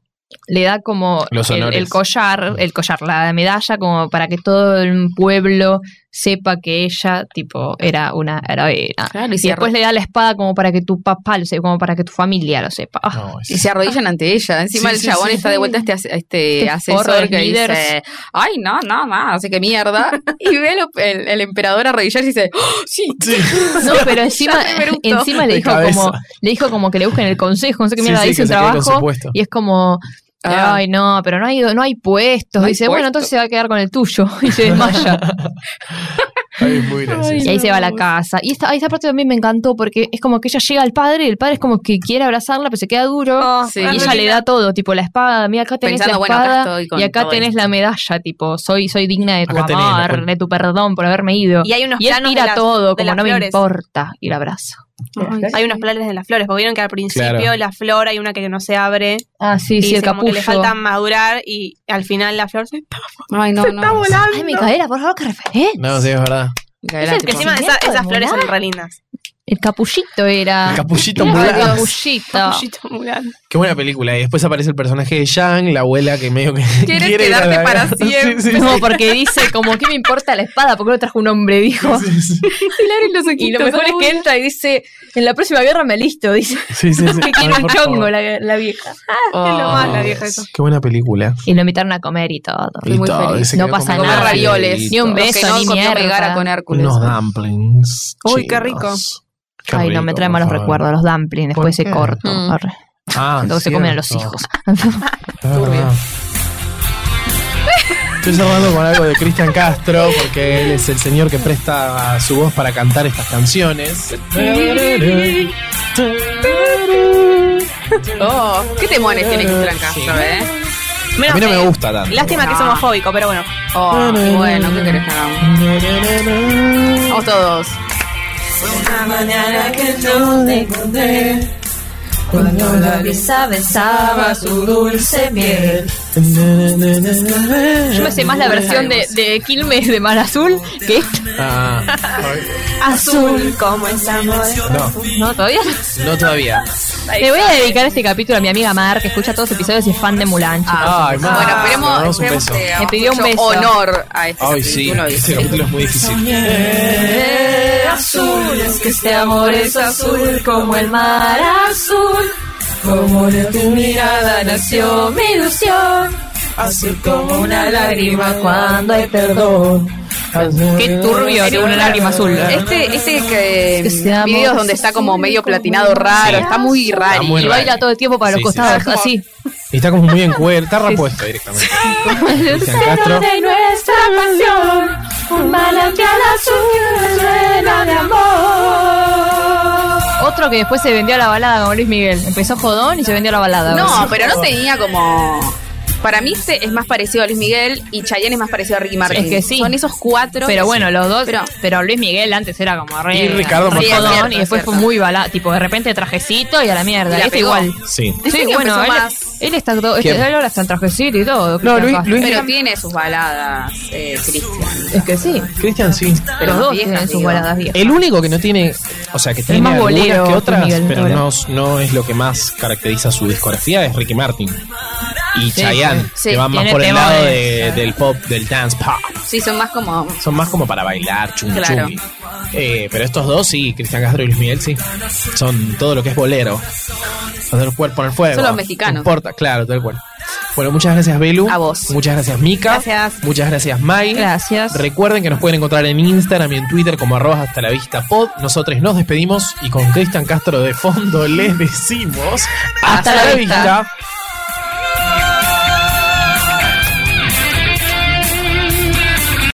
S4: le da como
S1: Los
S4: el,
S1: honores.
S4: el collar, el collar, la medalla, como para que todo el pueblo sepa que ella, tipo, era una heroína.
S2: Claro, y,
S4: Y
S2: se
S4: después
S2: arro-
S4: le da la sepa como para que tu papá lo sepa, como para que tu familia lo sepa. Ah,
S1: No, es-
S2: y se arrodillan ante ella. Encima
S1: Sí,
S2: el
S1: sí,
S2: chabón
S1: sí.
S2: está de vuelta a este, as- a este
S4: Este forro de
S2: asesor que
S4: líderes.
S2: dice, ay, no, no, no, así que mierda. y ve lo- el, el emperador arrodillarse y dice, "Oh, sí,
S1: Sí.
S4: No, pero encima,
S2: Ya me eructó.
S4: encima le
S1: De
S4: dijo
S1: cabeza.
S4: como, le dijo como que le busquen el consejo, no sé qué
S1: Sí,
S4: mierda
S1: sí,
S4: dice
S1: que
S4: un
S1: se quede con su
S4: trabajo.
S1: puesto.
S4: Y es como,
S2: Ah,
S4: ay no, pero no hay, no hay puestos.
S2: No hay
S4: dice, bueno,
S2: puestos.
S4: entonces se va a quedar con el tuyo. Y se desmaya.
S1: Ay, es muy gracioso.
S4: Y ahí se va a la casa. Y esta, esa parte también me encantó porque es como que ella llega al padre y el padre es como que quiere abrazarla, pero se queda duro.
S3: Oh,
S2: Sí.
S4: Y
S3: ah,
S4: ella
S3: no,
S4: le da todo, tipo la espada, mira acá tenés
S2: Pensando,
S4: la
S2: bueno, acá
S4: espada
S2: estoy con
S4: y acá
S2: todo
S4: tenés
S2: esto.
S4: la medalla, tipo, soy, soy digna de tu
S1: Acá tenés la
S4: amor,
S1: cuenta.
S4: de tu perdón por haberme ido.
S3: Y hay unos
S4: Y él
S3: planos de
S4: tira
S3: las-
S4: todo,
S3: de
S4: como
S3: las
S4: no me
S3: flores.
S4: importa, y la abrazo.
S3: Hay unos planes de las flores, porque vieron que al principio
S1: Claro.
S3: la flor hay una que no se abre.
S4: Ah, sí,
S3: Y
S4: sí, el
S3: dice como que
S4: capullo.
S3: le falta madurar y al final la flor se
S1: Ah,
S3: está
S2: Ay, no, no.
S3: volando.
S4: Ay, Micaela, por favor, que referente.
S1: No, sí, es verdad.
S2: Micaela,
S4: Es el
S2: tipo,
S3: Encima
S4: Sí,
S3: esa-
S4: de
S3: esas flores son
S4: volar.
S3: re lindas.
S4: El capullito era.
S1: El capullito
S4: Era
S1: Mulan.
S4: el capullito.
S3: Pollito Mulan.
S1: Qué buena película. Y después aparece el personaje de Shang, la abuela que medio que.
S2: Quieres
S1: quiere ir a la-
S2: quedarte para
S1: Sí,
S2: siempre.
S1: sí, sí.
S4: No, porque dice, como, ¿qué me importa la espada? Porque no trajo un hombre, dijo.
S1: Sí, sí, sí.
S4: Y lo mejor es que entra y dice, en la próxima guerra me listo, dice.
S1: Sí, sí, sí.
S4: Que quiero
S1: Ay,
S4: el
S1: por
S4: chongo,
S1: favor. Oh.
S4: la, la vieja. Ah,
S3: Es lo más la
S1: Ay,
S3: vieja eso.
S1: Qué buena película.
S4: Y lo invitaron a comer y todo.
S2: Fui muy feliz.
S1: se
S4: No
S1: quedó
S4: pasa
S1: comiendo
S4: nada.
S2: ravioles.
S1: fideitos,
S4: Ni un beso,
S2: Lo que no
S4: ni
S2: comió
S4: mierda.
S2: Megara con Hércules.
S1: Unos dumplings.
S3: Uy, qué
S1: chinos.
S3: rico.
S1: Qué
S4: Ay, no, me
S1: rico,
S4: trae
S1: por
S4: malos
S1: favor.
S4: recuerdos, los dumplings,
S1: ¿Por
S4: después
S1: qué?
S4: se corto.
S2: Mm.
S4: arre.
S1: Ah,
S4: Luego se comen a los
S1: cierto.
S4: hijos.
S1: Ah,
S2: Turbio.
S1: Estoy cerrando con algo de Cristian Castro, porque él es el señor que presta su voz para cantar estas canciones.
S2: Oh, qué temones tiene Cristian
S1: Sí.
S2: Castro, ¿eh?
S1: A
S3: Menos
S1: mí no
S3: que-
S1: me gusta tanto.
S3: Lástima que es
S1: Ah.
S3: homofóbico, pero bueno.
S2: Oh, y bueno, ¿qué querés que hagamos? Vamos todos.
S5: Una mañana que no te encontré. Cuando la brisa besaba su dulce piel.
S4: Yo me sé más la versión de, de Quilmes de Mar Azul que esta.
S1: Ah,
S5: Azul como esa mujer.
S1: no,
S4: No, todavía. no.
S1: no todavía.
S4: Le voy a dedicar este capítulo a mi amiga Mar, que escucha todos los episodios y es fan de Mulan. chicos.
S1: Ay, Mar,
S2: bueno,
S1: le mandamos
S2: esperemos,
S1: un
S2: esperemos
S1: beso.
S2: que hagamos
S4: Me pidió un
S2: mucho
S4: beso.
S2: honor a este
S1: Ay, sí,
S2: capítulo y-
S1: este capítulo es muy difícil.
S5: Eh, azul, es que este amor es azul como el mar azul. Como de tu mirada nació mi ilusión. Azul como una lágrima cuando hay perdón.
S4: Qué turbio, de una lágrima azul.
S2: Este, este que,
S4: Que se llama-
S2: videos donde está como medio platinado raro,
S1: Sí.
S2: está muy raro.
S1: Está muy
S4: y
S1: raro.
S4: baila todo el tiempo para
S1: Sí,
S4: los
S1: sí,
S4: costados,
S2: sí.
S4: así.
S1: Y está como muy en cuero, está repuesto directamente. Cristian Castro.
S5: de nuestra pasión, un manantial azul llena de amor.
S4: Otro que después se vendió a la balada como Luis Miguel. Empezó jodón y se vendió a la balada.
S2: No, pero no tenía como. Para mí este es más parecido a Luis Miguel y Chayanne es más parecido a Ricky Martin.
S4: Es que sí.
S2: Son esos cuatro.
S4: Pero bueno, los dos.
S2: Pero-
S4: Pero, Luis Miguel antes era como re.
S1: Y Ricardo
S4: re
S1: Martínez.
S4: jodón,
S2: Cierto,
S4: y después fue
S2: cierto.
S4: muy balada. Tipo, de repente trajecito y a la mierda.
S2: Y la
S4: Este
S2: pegó.
S4: igual.
S1: Sí.
S2: ¿En
S4: Sí,
S2: serio
S4: bueno,
S2: empezó
S4: él,
S2: más?
S4: él está todo.
S1: ¿Quién?
S4: Este, él ahora está en trajecito y todo. Cristian
S1: Luis-
S4: Castro.
S1: Luis-
S2: Pero tiene sus baladas, eh, Cristian.
S4: Es que sí.
S1: Cristian sí.
S4: Los dos
S2: viejas,
S4: tienen sus
S2: digo.
S4: baladas viejas.
S1: El único que no tiene, o sea, que tiene
S4: más
S1: algunas
S4: bolero,
S1: que otras,
S4: Miguel,
S1: pero
S4: bolero.
S1: no, no es lo que más caracteriza su discografía, es Ricky Martin. Y
S4: Sí,
S1: Chayanne,
S2: sí.
S1: que van más
S4: Tiene
S1: por el
S4: temones.
S1: lado de- del pop, del dance pop.
S2: Sí, son más como.
S1: Son más como para bailar, chung
S2: Claro.
S1: chungui. Eh, pero estos dos sí, Cristian Castro y Luis Miguel sí. Son todo lo que es bolero. Hacer el cuerpo en el fuego.
S2: Son los mexicanos.
S1: No importa, claro, todo el cuerpo. Bueno, muchas gracias Belu.
S2: A vos.
S1: Muchas gracias Mika.
S3: Gracias.
S1: Muchas gracias Mai.
S4: Gracias.
S1: Recuerden que nos pueden encontrar en Instagram y en Twitter como arroba hasta la vista pod. Nosotros nos despedimos y con Cristian Castro de fondo les decimos hasta, la vista.